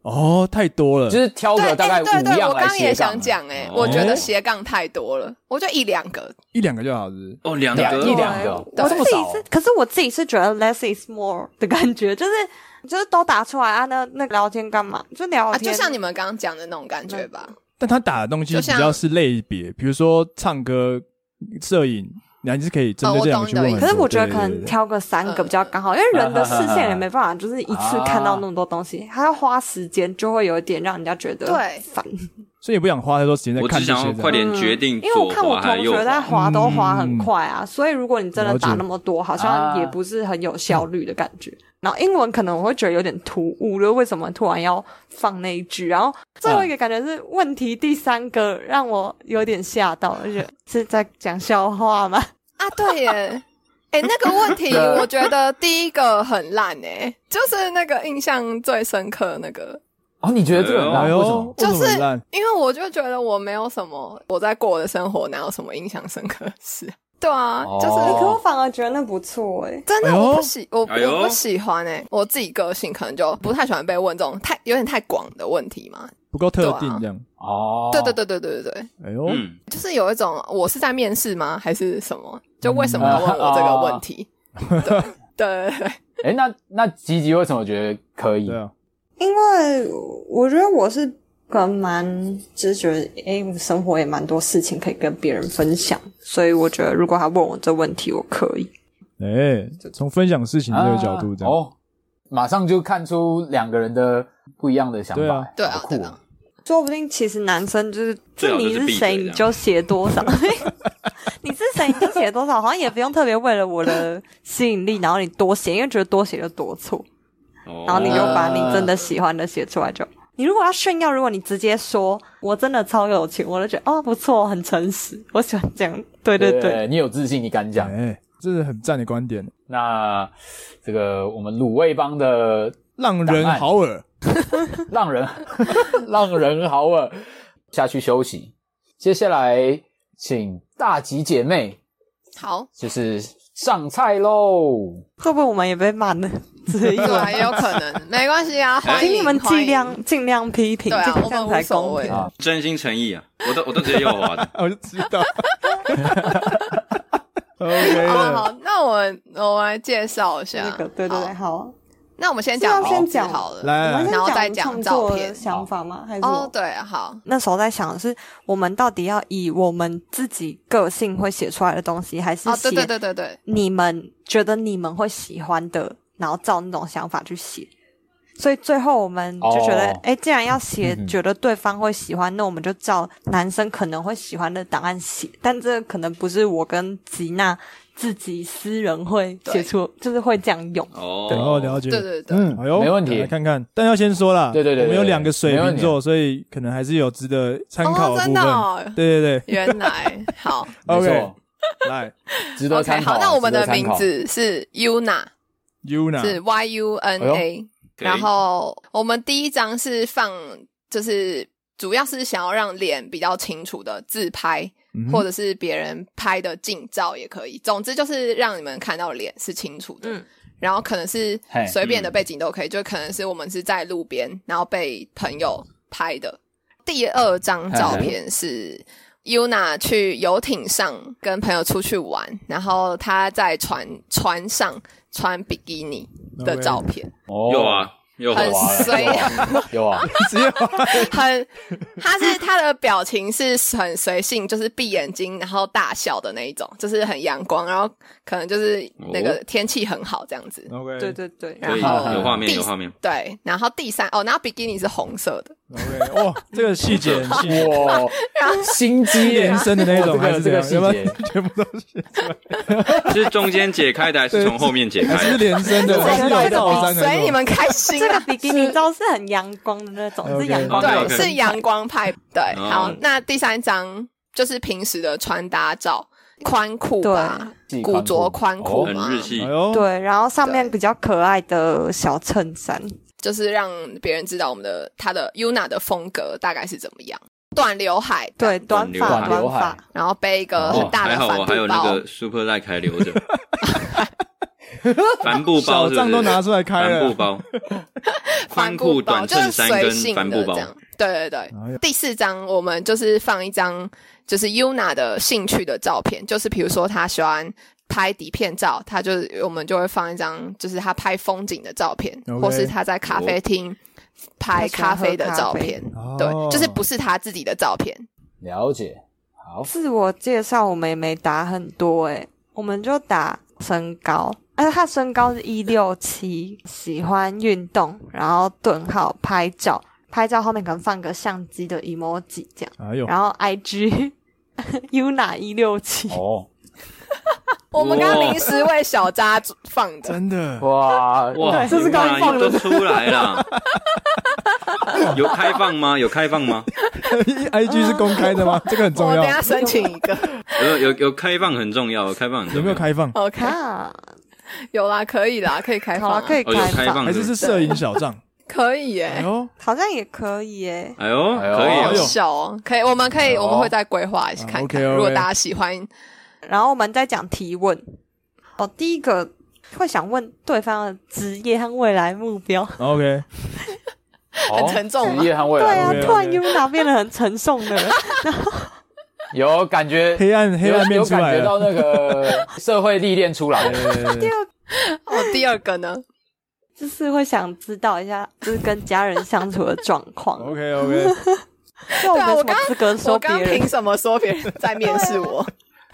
S1: 哦，太多了，
S3: 就是挑
S6: 对，
S3: 个大概
S6: 哎对
S3: 五
S6: 对，
S3: 样
S6: 我
S3: 来
S6: 刚刚也
S3: 斜杠
S6: 想
S3: 啊。
S6: 讲、哎、
S4: 哦
S6: 我觉得斜杠太多了，我就一两个，
S1: 一两个就好，是不是？
S4: 哦，两
S3: 两
S4: 个
S3: 一两个，
S7: 我
S3: 这么
S7: 自己
S3: 少哦
S7: 是，可是我自己是觉得 less is more 的感觉，就是就是都打出来啊，那那聊天干嘛？就聊
S6: 啊，
S7: 哦天，
S6: 就像你们刚刚讲的那种感觉吧。
S1: 但他打的东西
S6: 就
S1: 比
S6: 像
S1: 较是类别，比如说唱歌、摄影，你还是可以针对
S6: 哦
S1: 这两
S6: 我
S1: 个
S6: 懂
S1: 去问
S6: 你
S1: 很
S6: 的
S1: 多。
S7: 可是我觉得
S1: 对
S7: 可能挑个三个比较刚好，因为人的视线也没办法，就是一次看到那么多东西，还要花时间，就会有一点让人家觉得
S6: 对
S7: 烦。
S1: 所以也不想花太多时间在
S4: 我
S1: 看
S4: 只
S1: 这些
S4: 想
S1: 这样。
S4: 要快点决定
S7: 因为
S4: 左
S7: 我看我
S4: 滑还
S7: 同
S4: 是右
S7: 学在
S4: 滑。
S7: 滑都滑很
S1: 嗯
S7: 快啊，所以如果你真的
S1: 了解
S7: 打那么多，好像也不是很有效率的感觉。然后英文可能我会觉得有点突兀，就为什么突然要放那一句？然后最后一个感觉是问题第三个让我有点吓到，而且是在讲笑话吗？
S6: 啊，对耶。 哎、那个问题，
S1: 啊
S6: 我觉得第一个很烂哎、就是那个印象最深刻的那个，
S3: 哦，你觉得这个很烂？
S1: 哎
S3: 为什么
S1: 呦，？
S6: 就
S1: 为什么
S6: 是
S1: 很烂
S6: 因为我就觉得我没有什么，我在过我的生活哪有什么印象深刻的事？对啊，
S3: 哦
S6: 就是、
S7: 哎可我反而觉得那不错哎、
S6: 真
S1: 哎
S6: 的
S1: 呦
S6: 我不喜、我
S4: 哎呦
S6: 我不喜欢哎、我自己个性可能就不太喜欢被问这种太有点太广的问题嘛。
S1: 不够特定
S6: 对啊
S1: 这样。
S3: 哦，
S6: 对对，对对对对对，
S1: 哎呦，
S4: 嗯，
S6: 就是有一种我是在面试吗，还是什么？就为什么要问我这个问题？
S1: 嗯啊
S6: 对对对对，
S3: 哎，那那吉吉为什么觉得可以
S1: 对？啊，
S7: 因为我觉得我是个蛮，就是觉得哎、我生活也蛮多事情可以跟别人分享，所以我觉得如果他问我这问题，我可以。
S1: 哎，从分享事情这个角度这
S3: 啊
S1: 样。
S3: 哦，马上就看出两个人的不一样的想法。
S1: 对啊
S6: 对啊
S3: 好酷
S6: 对
S3: 哦
S6: 啊
S7: 说不定其实男生就是，
S4: 最
S7: 就
S4: 好
S7: 你
S4: 就是闭嘴
S7: 谁
S4: 这样
S7: 你就写多少， 你是谁你就写多少，好像也不用特别为了我的吸引力，然后你多写，因为觉得多写就多错。
S4: 哦
S7: 然后你就把你真的喜欢的写出来就。你如果要炫耀，如果你直接说我真的超有钱，我就觉得哦不错，很诚实，我喜欢这样。对对对，
S3: 你有自信，你敢讲。
S1: 哎，这是很赞的观点，
S3: 那这个我们卤味帮的
S1: 让人好耳。
S3: 浪人， 浪人好尔下去休息。接下来请大吉姐妹
S6: 好，
S3: 就是上菜喽。
S7: 会不会我们也被 骂呢？只有
S6: 对啊，也有可能，没关系啊，欢
S7: 请
S6: 迎
S7: 你们
S6: 欢
S7: 尽
S6: 迎
S7: 量尽量批评，
S6: 对啊，
S7: 这
S6: 我
S7: 样
S6: 们无
S7: 才公
S6: 所
S7: 平
S6: 谓。。
S3: 啊
S4: 真心诚意啊，我都我都直接用 我的。
S1: 啊我就知 道。OK
S6: 好好
S1: 了，
S6: 好，那我们我们来介绍一下
S7: 那。个对对对，
S6: 啊好，
S7: 好啊，
S6: 那我们先讲
S7: 是要先
S6: 名字
S7: 讲
S6: 好了。
S1: 来来
S7: 我们
S1: 来，
S6: 然后再
S7: 先
S6: 讲
S7: 创
S6: 照
S7: 作
S6: 片
S7: 的想法吗？还是
S6: 哦
S7: 我，
S6: 对，好，
S7: 那时候在想的是，我们到底要以我们自己个性会写出来的东西，还是
S6: 哦，对对
S7: 写
S6: 对对对，
S7: 你们觉得你们会喜欢的，然后照那种想法去写。所以最后我们就觉得，
S3: 哦
S7: 哎、既然要写
S3: 嗯，哼
S7: 觉得对方会喜欢，那我们就照男生可能会喜欢的档案写。但这可能不是我跟吉娜自己私人会写出，就是会这样用。
S1: 哦，
S4: 哦，
S1: 了解。
S6: 对对对，
S1: 嗯，哎呦，
S3: 没问题
S1: 来看看，但要先说啦，
S3: 对对对对对
S1: 我们有两个水
S3: 没问
S1: 瓶
S3: 题
S1: 座，所以可能还是有值得参考
S6: 哦
S1: 部
S6: 真
S1: 分
S6: 的哦。
S1: 对对对
S6: 原来好
S3: 没
S1: ，OK，
S3: 错，
S1: 来
S3: 值得
S6: ，OK，
S3: 参考
S6: 好，
S3: 啊。
S6: 那我们的
S3: 值得参
S6: 名
S3: 考嗯
S6: 字是 Yuna，是
S1: Yuna，
S6: Y U N
S3: 哎
S6: A，然后我们第一张是放，就是主要是想要让脸比较清楚的自拍，
S1: 嗯
S6: 或者是别人拍的近照也可以。总之就是让你们看到脸是清楚的。
S7: 嗯
S6: 然后可能是
S3: 嘿
S6: 随便的背景都可以，就可能是我们是在路边，然后被朋友拍的。第二张照片是 Yuna 去游艇上跟朋友出去玩，然后她在船船上穿比基尼的
S1: OK
S6: 照片。
S3: 哦
S4: 有，啊，有
S6: 很
S3: 有啊
S6: 随
S3: 有啊有啊，
S1: 只有
S6: 很，他是他的表情是很随性，就是闭眼睛然后大笑的那一种，就是很阳光，然后可能就是那个
S4: 哦
S6: 天气很好这样子。
S1: OK，
S7: 对对对，
S4: 可
S1: 哦
S4: 以
S6: 然后
S4: 嗯哦有画面
S6: 第
S4: 有画面，
S6: 对，然后第三哦，然后比基尼是红色的，
S1: ，OK，哇，这个细 节很细，
S3: 哇，心机耶
S1: 延伸的那
S3: 哇这
S1: 种
S3: 个
S1: 还是
S3: 这
S1: 怎
S3: 个
S1: 样？
S3: 细
S1: 要不
S3: 节
S1: 然 全部都是，
S4: 是中间解开的还是从后面解
S1: 还
S4: 开
S1: 是
S4: 的？
S1: 连 身的，
S7: 这
S1: 还
S7: 个
S1: 是
S7: 这
S1: 有
S7: 个
S1: 倒三
S6: 所以你
S1: 个？
S6: 们开心
S7: 这个
S6: 啊！
S7: 比基 尼照是很阳光的那种，
S1: OK
S7: 是阳光
S4: 哦
S7: 的
S4: ，OK
S6: 对，是阳光派。对，
S4: 哦
S6: 好，那第三张就是平时的穿搭照，宽裤吧，
S3: 系
S6: 古着
S3: 宽
S6: 宽
S3: 裤
S6: 裤
S3: 哦
S6: 嘛，嗯
S4: 很日系
S1: 哎，呦，
S7: 对，然后上面
S6: 对
S7: 比较可爱的小衬衫，
S6: 就是让别人知道我们的他的 Yuna 的风格大概是怎么样，短刘海，
S7: 对，短
S4: 短
S3: 刘
S7: 发
S3: 海
S7: 短发，
S6: 然后背一个
S4: 哦
S6: 很，大
S4: 还
S6: 的
S4: 好
S6: 帆
S4: 我还有
S6: 布
S4: 那
S6: 包，
S4: 个 Super Like 还留着， 帆布包
S1: 小
S4: 是不
S1: 账
S4: 是
S1: 都拿出来开
S4: 帆布
S1: 了，
S4: 包，宽
S6: 帆
S4: 裤、
S6: 布
S4: 短
S6: 包就
S4: 衬
S6: 是
S4: 衫
S6: 随
S4: 跟
S6: 性
S4: 帆布
S6: 的
S4: 包
S6: 这。样。对对
S1: 哎呦
S6: 对，第四张我们就是放一张就是 Yuna 的兴趣的照片，就是比如说她喜欢拍底片照，她就是我们就会放一张就是她拍风景的照片
S1: OK
S6: 或是她在咖啡厅拍咖啡的照片，
S1: 哦
S6: 对，就是不是她自己的照片，
S3: 了解，好，
S7: 自我介绍我们也没打很多诶、我们就打身高，而且他身高是一六七，喜欢运动，然后顿号拍照，拍照后面可能放个相机的 emoji 这样，
S1: 哎呦，
S7: 然后 IG Yuna 一六七，
S3: 哦，
S6: 我们刚刚临时为小扎放的，
S1: 真的，
S3: 哇
S4: 哇，
S7: 这是刚刚
S4: 你妈
S7: 放的
S4: 都出来了，有开放吗？有开放吗？
S1: IG 哎是公开的吗？这个很重
S6: 我
S1: 要
S6: 等一。下申请一 个
S4: 有有有开放很重要，有开放很重要
S1: 有没有？开放？
S6: ，OK，
S7: 啊，
S6: 有啦，可以啦，可以开
S7: 好
S6: 放
S7: 啊，
S6: 啊，
S7: 可以
S4: 哦，有
S7: 开
S4: 开
S7: 放，
S4: 放
S1: 还
S4: 的，
S1: 是是摄影小账？
S6: 可以耶、
S1: 哎呦，
S7: 好像也可以诶、
S4: 哎呦，
S3: 哎呦
S4: 可以
S1: 哎
S4: 哦
S1: 呦
S6: 小哦，可以，我们可以，
S3: 哦
S6: 我们会再规划一下
S1: 啊
S6: 看看。
S1: OK，OK
S6: 如果大家喜欢，
S7: 然后我们再讲提问，哦，第一个会想问对方的职业和未来目标。
S1: OK，
S3: 很
S6: 沉重吗
S3: 职业和未
S7: 对
S3: 来
S7: 啊，
S1: OK，OK
S7: 突然 Yuna 变得很沉重的，
S3: 有感觉，
S1: 黑暗黑暗面
S3: 有
S1: 出
S3: 感
S1: 来了。
S3: 觉
S1: 哎
S3: 到那个社会历练出来了。
S1: 对
S6: 哦，第二个呢？
S7: 就是会想知道一下，就是跟家人相处的状况。
S1: OK OK，
S7: 那我
S6: 对啊
S7: 们
S6: 我
S7: 什么
S6: 刚
S7: 资格
S6: 我
S7: 说别
S6: 刚刚凭
S7: 人？
S6: 什么说别人在面试我？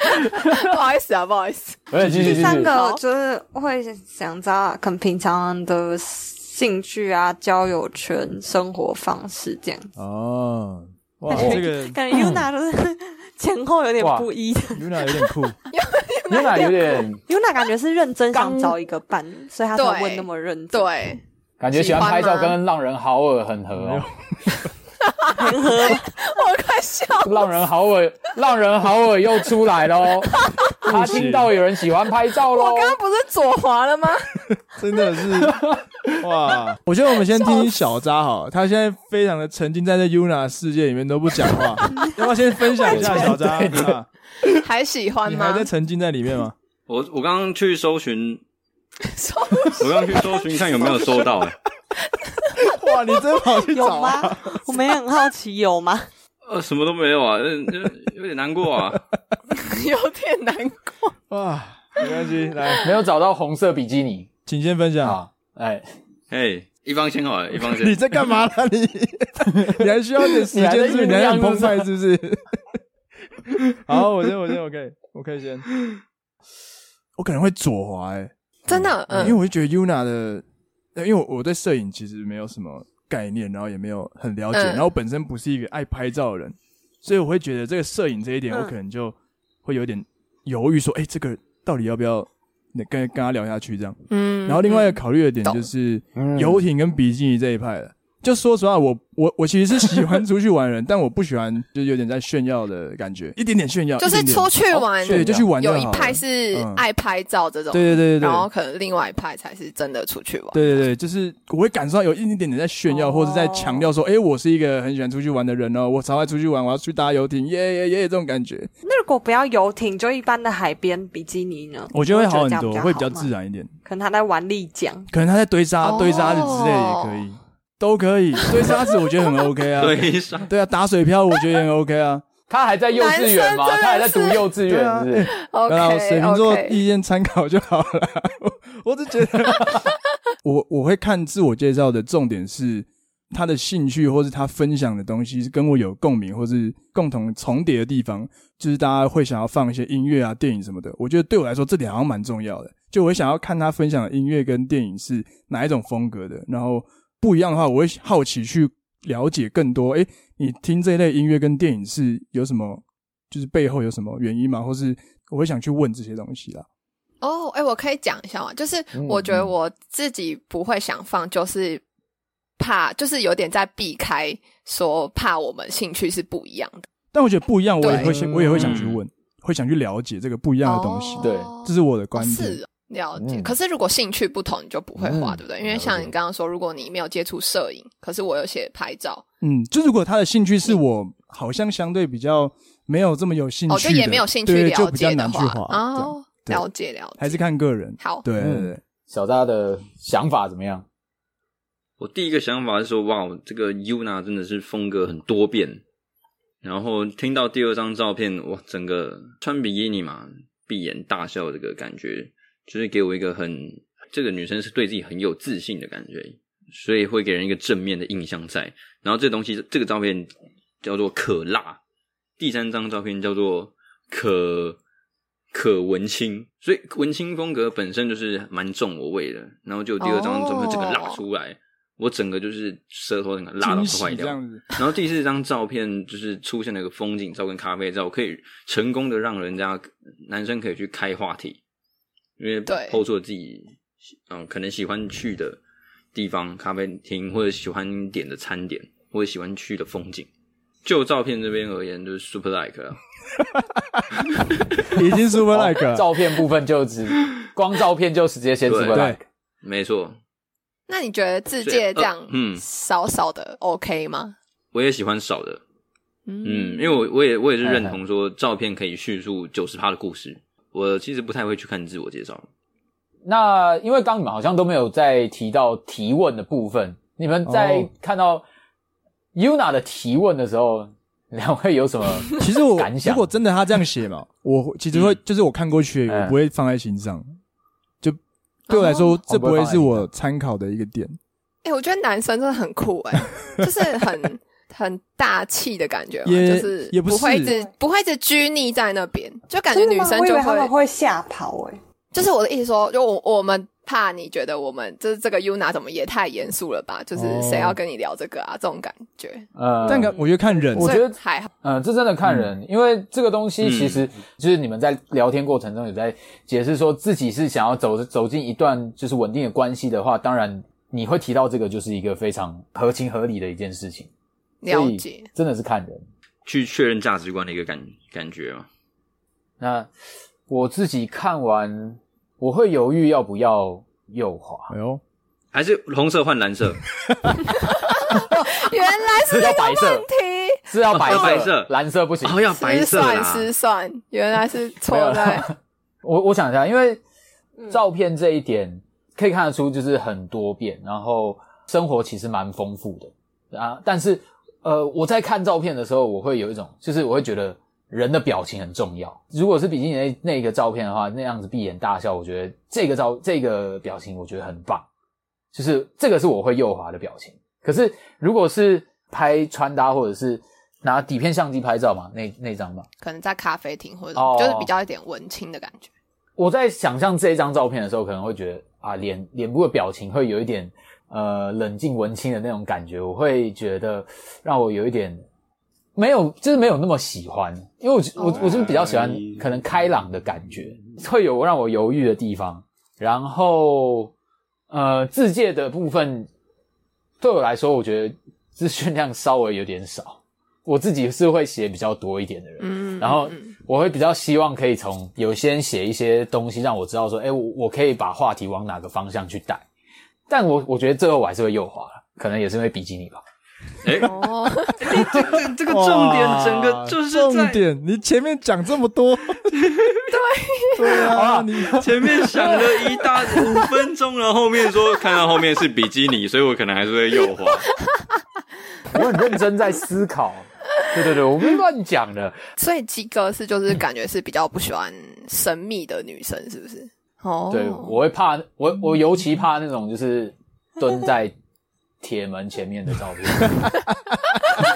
S6: 不好意思啊，不好意思。
S3: 而且继续
S7: 第
S3: 继
S7: 三
S3: 续，
S7: 个就是会想知道，可能平常的兴趣啊、交友圈、生活方式这样。
S1: 哦， 哇，
S7: 感觉
S1: 这个
S7: 感觉 Yuna 都是 前后有点
S3: 哇
S7: 不一的。
S1: Luna 有点酷，
S3: 牛奶有点
S7: Yuna 感觉是认真
S3: 刚
S7: 想找一个伴侣，所以她才
S6: 对
S7: 问那么认真。
S6: 对，
S3: 感觉喜欢
S6: 喜欢
S3: 拍照
S6: 吗
S3: 跟浪人豪尔很合哦。
S6: 我快笑了，
S3: 浪人豪尔，浪人豪尔又出来 喽！他听到有人喜欢拍照喽
S6: 我。刚刚不是左滑了吗？
S1: 真的是哇！我觉得我们先听听小扎好了，他现在非常的沉浸在这 UNA 世界里面都不讲 话，要不要先分享一下小扎？啊
S6: 还喜欢
S1: 你还
S6: 吗
S1: 在？沉浸在里面吗？
S4: 我我刚刚去搜寻，
S6: 搜
S4: 我刚刚去搜寻看有没有搜到、欸，
S1: 哇，你真跑去
S9: 有
S1: 找啊！
S9: 吗？我们也很好奇，有吗？
S4: 呃，什么都没有啊，呃呃有点难 过啊。
S6: 有点难过。
S1: 哇，没关系，来，
S3: 没有找到红色比基尼
S1: 请先分享。
S3: 啊！哎，
S4: 嘿，一方先好了，一方先。
S1: 你在干嘛啦？ 你你还需要点时间，是不是？
S3: 你
S1: 你
S3: 还
S1: 还
S3: 在
S1: 很
S3: 酝酿
S1: 澎湃，是不是？ 好，我先，我先，我可以，我可以先。我可能会左滑哎、
S6: 真的，
S1: 因为
S6: 嗯，
S1: 我就觉得 Yuna 的，呃因为我我对摄影其实没有什么概念，然后也没有很了解，
S6: 嗯
S1: 然后我本身不是一个爱拍照的人，所以我会觉得这个摄影这一点，我可能就会有点犹豫，说，哎、这个到底要不要那跟跟他聊下去这样？
S6: 嗯，
S1: 然后另外一个考虑的点就是游艇跟比基尼这一派的。就说实话，我我我其实是喜欢出去玩的人，但我不喜欢就有点在炫耀的感觉，一点点炫耀，
S6: 就是
S1: 一点点哦
S6: 出去玩，
S1: 对，就去玩就好
S6: 有
S1: 了。
S6: 一派是
S1: 嗯
S6: 爱拍照这种，
S1: 对对对对对，
S6: 然后可能另外一派才是真的出去玩。
S1: 对对对，就是我会感受到有一点点在炫耀，
S9: 哦
S1: 或者在强调说，哎、我是一个很喜欢出去玩的人哦，我超爱出去玩，我要去搭游艇，耶耶耶，这种感觉，
S7: 那如果不要游艇，就一般的海边比基尼呢？
S1: 我觉得会好很多，会比较
S7: 然。
S1: 自然一点。
S7: 可能他在玩丽江，
S1: 可能他在堆沙、
S6: 哦
S1: 堆沙子之类也可以，都可以。堆沙子我觉得很 OK 啊，
S4: 对上，
S1: 对啊，打水漂我觉得也很 OK 啊。
S3: 他还在幼稚园吗？
S6: 男生真的是
S3: 他还在读幼稚园是不是？
S6: OK，
S1: 然后
S6: OK，
S1: 水瓶座意见参考就好了。 我我只觉得我，我会看自我介绍的重点是他的兴趣，或是他分享的东西是跟我有共鸣，或是共同重叠的地方，就是大家会想要放一些音乐啊、电影什么的。我觉得对我来说，这点好像蛮重要的。就我会想要看他分享的音乐跟电影是哪一种风格的，然后不一样的话，我会好奇去了解更多。诶，你听这一类音乐跟电影是有什么？就是背后有什么原因吗？或是我会想去问这些东西啦。
S6: 哦，哎、我可以讲一下吗？就是
S1: 嗯
S6: 我觉得我自己不会想放，就是怕，就是有点在避开，说怕我们兴趣是不一样的。
S1: 但我觉得不一样，我也
S6: 对
S1: 会想，我也会想去问，会想去了解这个不一样的东西。
S6: 哦
S3: 对
S1: 这是我的观
S6: 哦
S1: 点。
S6: 是哦了解。
S3: 嗯
S6: 可是如果兴趣不同，你就不会画，
S3: 嗯
S6: 对不对？因为
S3: 了解
S6: 像你刚刚说，如果你没有接触摄影，可是我有写拍照，
S1: 嗯，就如果他的兴趣是我好像相对比较没有这么有兴趣的，
S6: 哦，就也没有兴趣
S1: 对，就
S6: 了
S1: 比较
S6: 解
S1: 难
S6: 的
S1: 去
S6: 话，
S1: 画。
S6: 哦，
S1: 这样对
S6: 了解了解，
S1: 还是看个人。
S6: 好
S1: 对对
S3: 嗯
S1: 对，
S3: 小扎的想法怎么样？
S4: 我第一个想法是说，哇，这个 Yuna 真的是风格很多变。然后听到第二张照片，哇，整个穿比基尼嘛，闭眼大笑这个感觉，就是给我一个很这个女生是对自己很有自信的感觉，所以会给人一个正面的印象在。然后这东西，这个照片叫做可辣，第三张照片叫做可可文青，所以文青风格本身就是蛮重我味的。然后就第二张照片整个辣出来，我整个就是舌头整个辣到
S1: 惊
S4: 快坏
S1: 喜这
S4: 掉。
S1: 样子，
S4: 然后第四张照片就是出现了一个风景照跟咖啡照，可以成功的让人家男生可以去开话题，因为
S6: 对
S4: 抛出了自己嗯可能喜欢去的地方，咖啡厅或者喜欢点的餐点，或者喜欢去的风景。就照片这边而言，就是 super like 啊了。
S1: 已经 super like 了。
S3: 哦照片部分就 只光照片就直接先
S4: 对
S3: super like，
S4: 没错，
S6: 那你觉得自介这样
S4: 所以呃，嗯
S6: 少少的 OK 吗？
S4: 我也喜欢少的，嗯，因为我我也我也是认同说照片可以叙述九十趴的故事。我其实不太会去看自我介绍，
S3: 那因为刚你们好像都没有在提到提问的部分，你们在
S1: 哦
S3: 看到 Yuna 的提问的时候，两位有 什么？
S1: 其实我
S3: 感想
S1: 如果真的他这样写嘛，我其实会就是我看过去，
S3: 嗯
S1: 我不会放在心上。就对我来说，这不会是我参考的一个点。
S6: 哎、我觉得男生真的很酷哎、就是很很大气的感觉嘛，
S1: 也
S6: 就是
S1: 也不是
S6: 不会一直不会一直拘泥在那边，就感觉
S9: 真的
S6: 女
S9: 吗
S6: 生
S9: 我以
S6: 就
S9: 为他们
S6: 会，
S9: 会吓跑
S7: 欸
S9: 哎、
S6: 就是我的意思说，就我我们怕你觉得我们就是这个 Yuna 怎么也太严肃了吧？就是
S1: 哦
S6: 谁要跟你聊这个啊？这种感觉，
S3: 呃，
S1: 但感我觉得看人，
S3: 我觉得
S6: 所以还好，
S3: 嗯，这真的看人，因为这个东西
S4: 嗯
S3: 其实就是你们在聊天过程中有在解释说自己是想要走走进一段就是稳定的关系的话，当然你会提到这个，就是一个非常合情合理的一件事情。
S6: 了
S3: 所以
S6: 解，
S3: 真的是看人。
S4: 去确认价值观的一个感感觉嘛。
S3: 那我自己看完，我会犹豫要不要右滑，
S1: 哎呦，
S4: 还是红色换蓝色，
S6: 原来是
S3: 是要白色，
S6: 题，
S3: 是要白
S4: 哦白色
S3: 蓝色不行。
S4: 哦，要白
S6: 失
S4: 色
S6: 算
S4: 啦。
S6: 失算，原 来是错
S3: 没有
S6: 在
S3: 啦我我想一下，因为照片这一点可以看得出，就是很多变，然后生活其实蛮丰富的啊。但是呃，我在看照片的时候，我会有一种，就是我会觉得人的表情很重要。如果是比基尼那那个照片的话，那样子闭眼大笑，我觉得这个照这个表情我觉得很棒，就是这个是我会右滑的表情。可是如果是拍穿搭或者是拿底片相机拍照嘛，那那张嘛，
S6: 可能在咖啡厅或者
S3: 哦
S6: 就是比较一点文青的感觉。
S3: 我在想象这一张照片的时候，可能会觉得啊，脸脸部的表情会有一点呃冷静文青的那种感觉，我会觉得让我有一点没有，就是没有那么喜欢，因为我我我是比较喜欢可能开朗的感觉，会有让我犹豫的地方。然后呃，自介的部分对我来说，我觉得资讯量稍微有点少，我自己是会写比较多一点的人，
S6: 嗯，
S3: 然后
S6: 嗯
S3: 我会比较希望可以从有些人写一些东西，让我知道说，哎，我我可以把话题往哪个方向去带。但我我觉得最后我还是会右滑了，可能也是因为比基尼吧。
S6: 哦，
S4: 这这这个重点，
S1: 哇
S4: 整个就是
S1: 重
S4: 在
S1: 点。你前面讲这么多，对对啊，你
S4: 前面想了一大五分钟，然后后面说看到后面是比基尼，所以我可能还是会右滑。
S3: 我很认真在思考。 对对对，我不是乱讲的。
S6: 所以鸡哥是就是
S3: 嗯
S6: 感觉是比较不喜欢神秘的女生，是不是？哦，
S3: 对，我会怕，我我尤其怕那种就是蹲在铁门前面的照 片。
S6: 那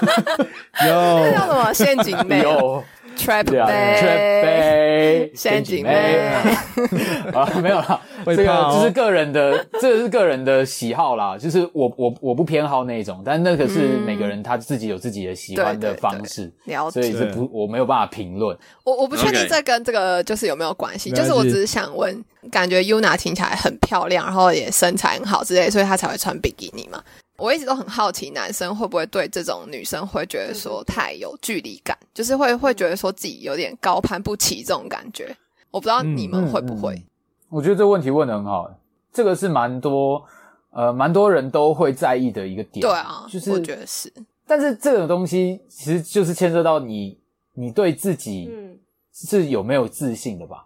S1: 有
S6: 叫什么陷 阱妹
S3: 有，
S6: trap
S3: 对啊，缺
S6: bay，
S3: 杯
S6: 陷阱妹，
S3: 啊，没有啦，
S1: 会
S3: 这
S1: 怕
S3: 个
S1: 哦
S3: 这是个人的，这个是个人的喜好啦。就是我我我不偏好那一种，但那个是每个人他自己有自己的喜欢
S6: 嗯对对
S3: 的
S6: 对
S3: 方式，
S6: 了
S3: 所
S6: 解。
S3: 以是不我没有办法评论。
S6: 我我不确定
S4: OK
S6: 这跟这个就是有没有关系，
S1: 没
S6: 就
S1: 关系
S6: 是我只是想问，感觉 Yuna 听起来很漂亮，然后也身材很好之类，所以她才会穿比基尼嘛。我一直都很好奇，男生会不会对这种女生会觉得说太有距离
S3: 嗯
S6: 感，就是会会觉得说自己有点高攀不起这种感觉。我不知道你们会不会
S3: 嗯？我觉得这个问题问的很好，这个是蛮多呃蛮多人都会在意的一个点。
S6: 对啊，
S3: 嗯就是
S6: 我觉得是，
S3: 但是这种东西其实就是牵涉到你你对自己
S7: 嗯
S3: 是有没有自信的吧？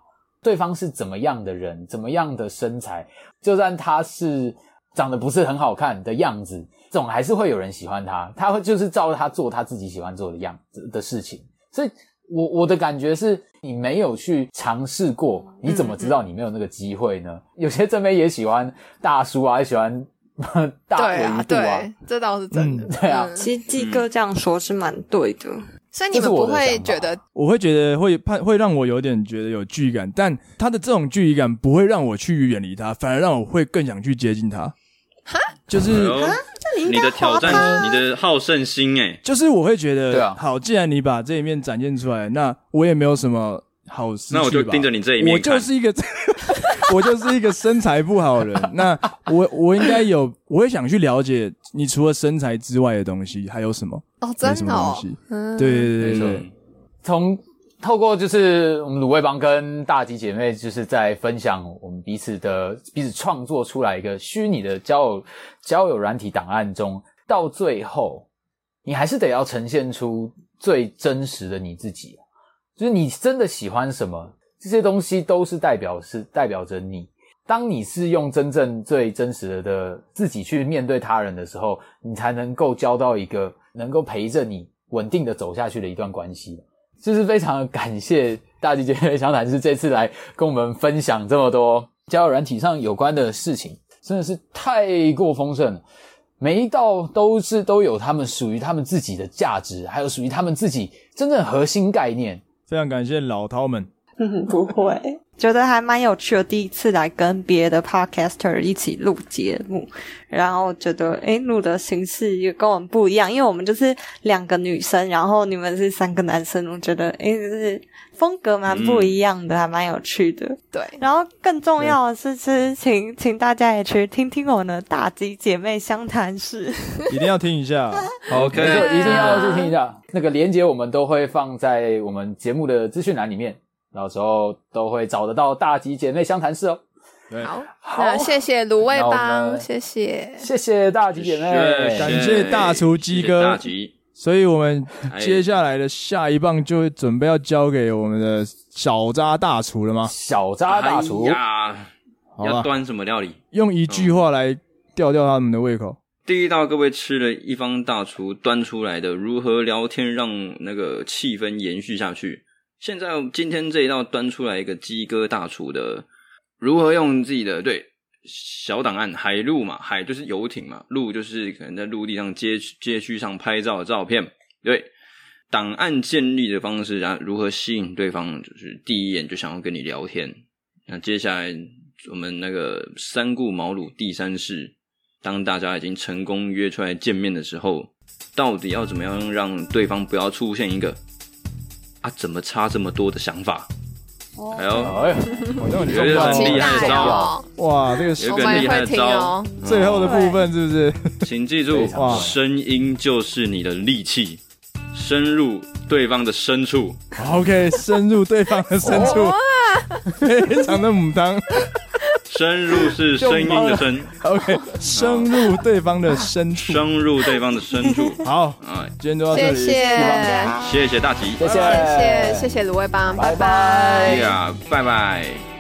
S3: 对方是怎么样的人，怎么样的身材，就算他是长得不是很好看的样子，总还是会有人喜欢他。他会就是照着他做他自己喜欢做的样子的事情。所以我我的感觉是，你没有去尝试过，你怎么知
S6: 嗯
S3: 道你没有那个机会呢？有些正妹也喜欢大叔啊，也喜欢 大
S6: 对
S3: 尾
S6: 啊，
S3: 度啊，
S6: 对，这倒是真的。
S3: 对啊，
S6: 嗯
S9: 其实鸡哥这样说是蛮对的，
S6: 所以你们不会觉得
S1: 我会觉得会怕，会让我有点觉得有距离感，但他的这种距离感不会让我去远离他，反而让我会更想去接近他。
S9: 嗯
S1: 就是
S4: 哎呦
S9: 啊你应
S4: 你
S9: 该
S4: 的
S9: 划
S4: 挑
S9: 他
S4: 战，你的好胜心哎、
S1: 就是我会觉得，
S3: 对啊
S1: 好，既然你把这一面展现出来，那我也没有什么好失去吧
S4: 那我就盯着你这一面
S1: 我
S4: 看
S1: 就是一个， 我就是一个身材不好的人。那我 我应该有，我会想去了解你除了身材之外的东西还有什么，
S6: 哦，
S1: 没
S6: 真
S1: 什
S6: 的
S1: 么
S6: 哦
S1: 东，西。
S6: 嗯，
S1: 对对
S4: 没
S1: 对
S4: 错
S1: 对，
S3: 从透过就是我们卤味帮跟大吉姐妹，就是在分享我们彼此的彼此创作出来一个虚拟的交友交友软体档案中，到最后你还是得要呈现出最真实的你自己，就是你真的喜欢什么，这些东西都是代表是代表着你。当你是用真正最真实的自己去面对他人的时候，你才能够交到一个能够陪着你稳定的走下去的一段关系。就是非常感谢大吉姐妹小男士这次来跟我们分享这么多交友软体上有关的事情，真的是太过丰盛了。每一道都是都有他们属于他们自己的价值，还有属于他们自己真正核心概念。
S1: 非常感谢老饕们。
S9: 嗯，不会，
S7: 觉得还蛮有趣的，第一次来跟别的 podcaster 一起录节目，然后觉得诶录的形式也跟我们不一样，因为我们就是两个女生，然后你们是三个男生，我觉得诶就是风格蛮不一样的，还蛮有趣的。
S6: 对，
S7: 然后更重要的是，是请请大家也去听听我们的大吉姐妹相谈室。
S1: 一定要听一下。
S3: 没错，
S4: OK，
S3: 一定要去听一下。那个连接我们都会放在我们节目的资讯栏里面，到时候都会找得到大吉姐妹相谈室哦。
S1: 对，
S6: 好，
S3: 好
S6: 那谢谢芦苇
S3: 那我
S6: 帮，
S3: 们
S6: 谢谢。
S3: 谢谢大吉姐妹，
S1: 感谢大厨鸡哥
S4: 谢谢大吉，
S1: 所以我们
S4: 哎
S1: 接下来的下一棒就会准备要交给我们的小渣大厨了吗？
S3: 小渣大厨
S4: 哎。呀，
S1: 好啊
S4: 要
S1: 吧，
S4: 端什么料理？
S1: 用一句话来吊吊他们的胃口。
S4: 第一道，各位吃了一方大厨端出来的，如何聊天让那个气氛延续下去？现在今天这一道端出来一个鸡哥大厨的，如何用自己的对小档案海陆嘛，海就是游艇嘛，陆就是可能在陆地上街街区上拍照的照片，对档案建立的方式，然后如何吸引对方，就是第一眼就想要跟你聊天。那接下来我们那个三顾茅庐第三式当大家已经成功约出来见面的时候，到底要怎么样让对方不要出现一个啊怎么差这么多的想法？还哎呦，
S3: 哎，
S1: 好像很
S4: 有一
S1: 重
S4: 个
S1: 要
S4: 很厉
S1: 哦。
S4: 害的招哦，
S1: 哇，这个
S4: 有一
S6: 我
S4: 个
S6: 们
S4: 很厉
S6: 也
S4: 害
S6: 会
S4: 的
S6: 听
S4: 招
S6: 哦。
S1: 最后的部分是不是？
S4: 请记
S3: 非
S4: 住
S3: 常棒，
S4: 声音就是你的利器，深入对方的深处。
S1: OK，深入对方的深处，非常的母汤。
S4: 深入是声音的深，
S1: OK，深入对方的深处。
S4: 深入对方的深 处。
S1: 好，
S4: 啊，
S1: 今天就到这
S6: 谢
S1: 里。
S6: 谢，
S4: 谢谢大吉，
S3: 谢谢，
S6: 谢谢，谢谢芦苇帮，
S3: 拜
S6: 拜拜
S3: 拜
S4: 哎呀，拜拜。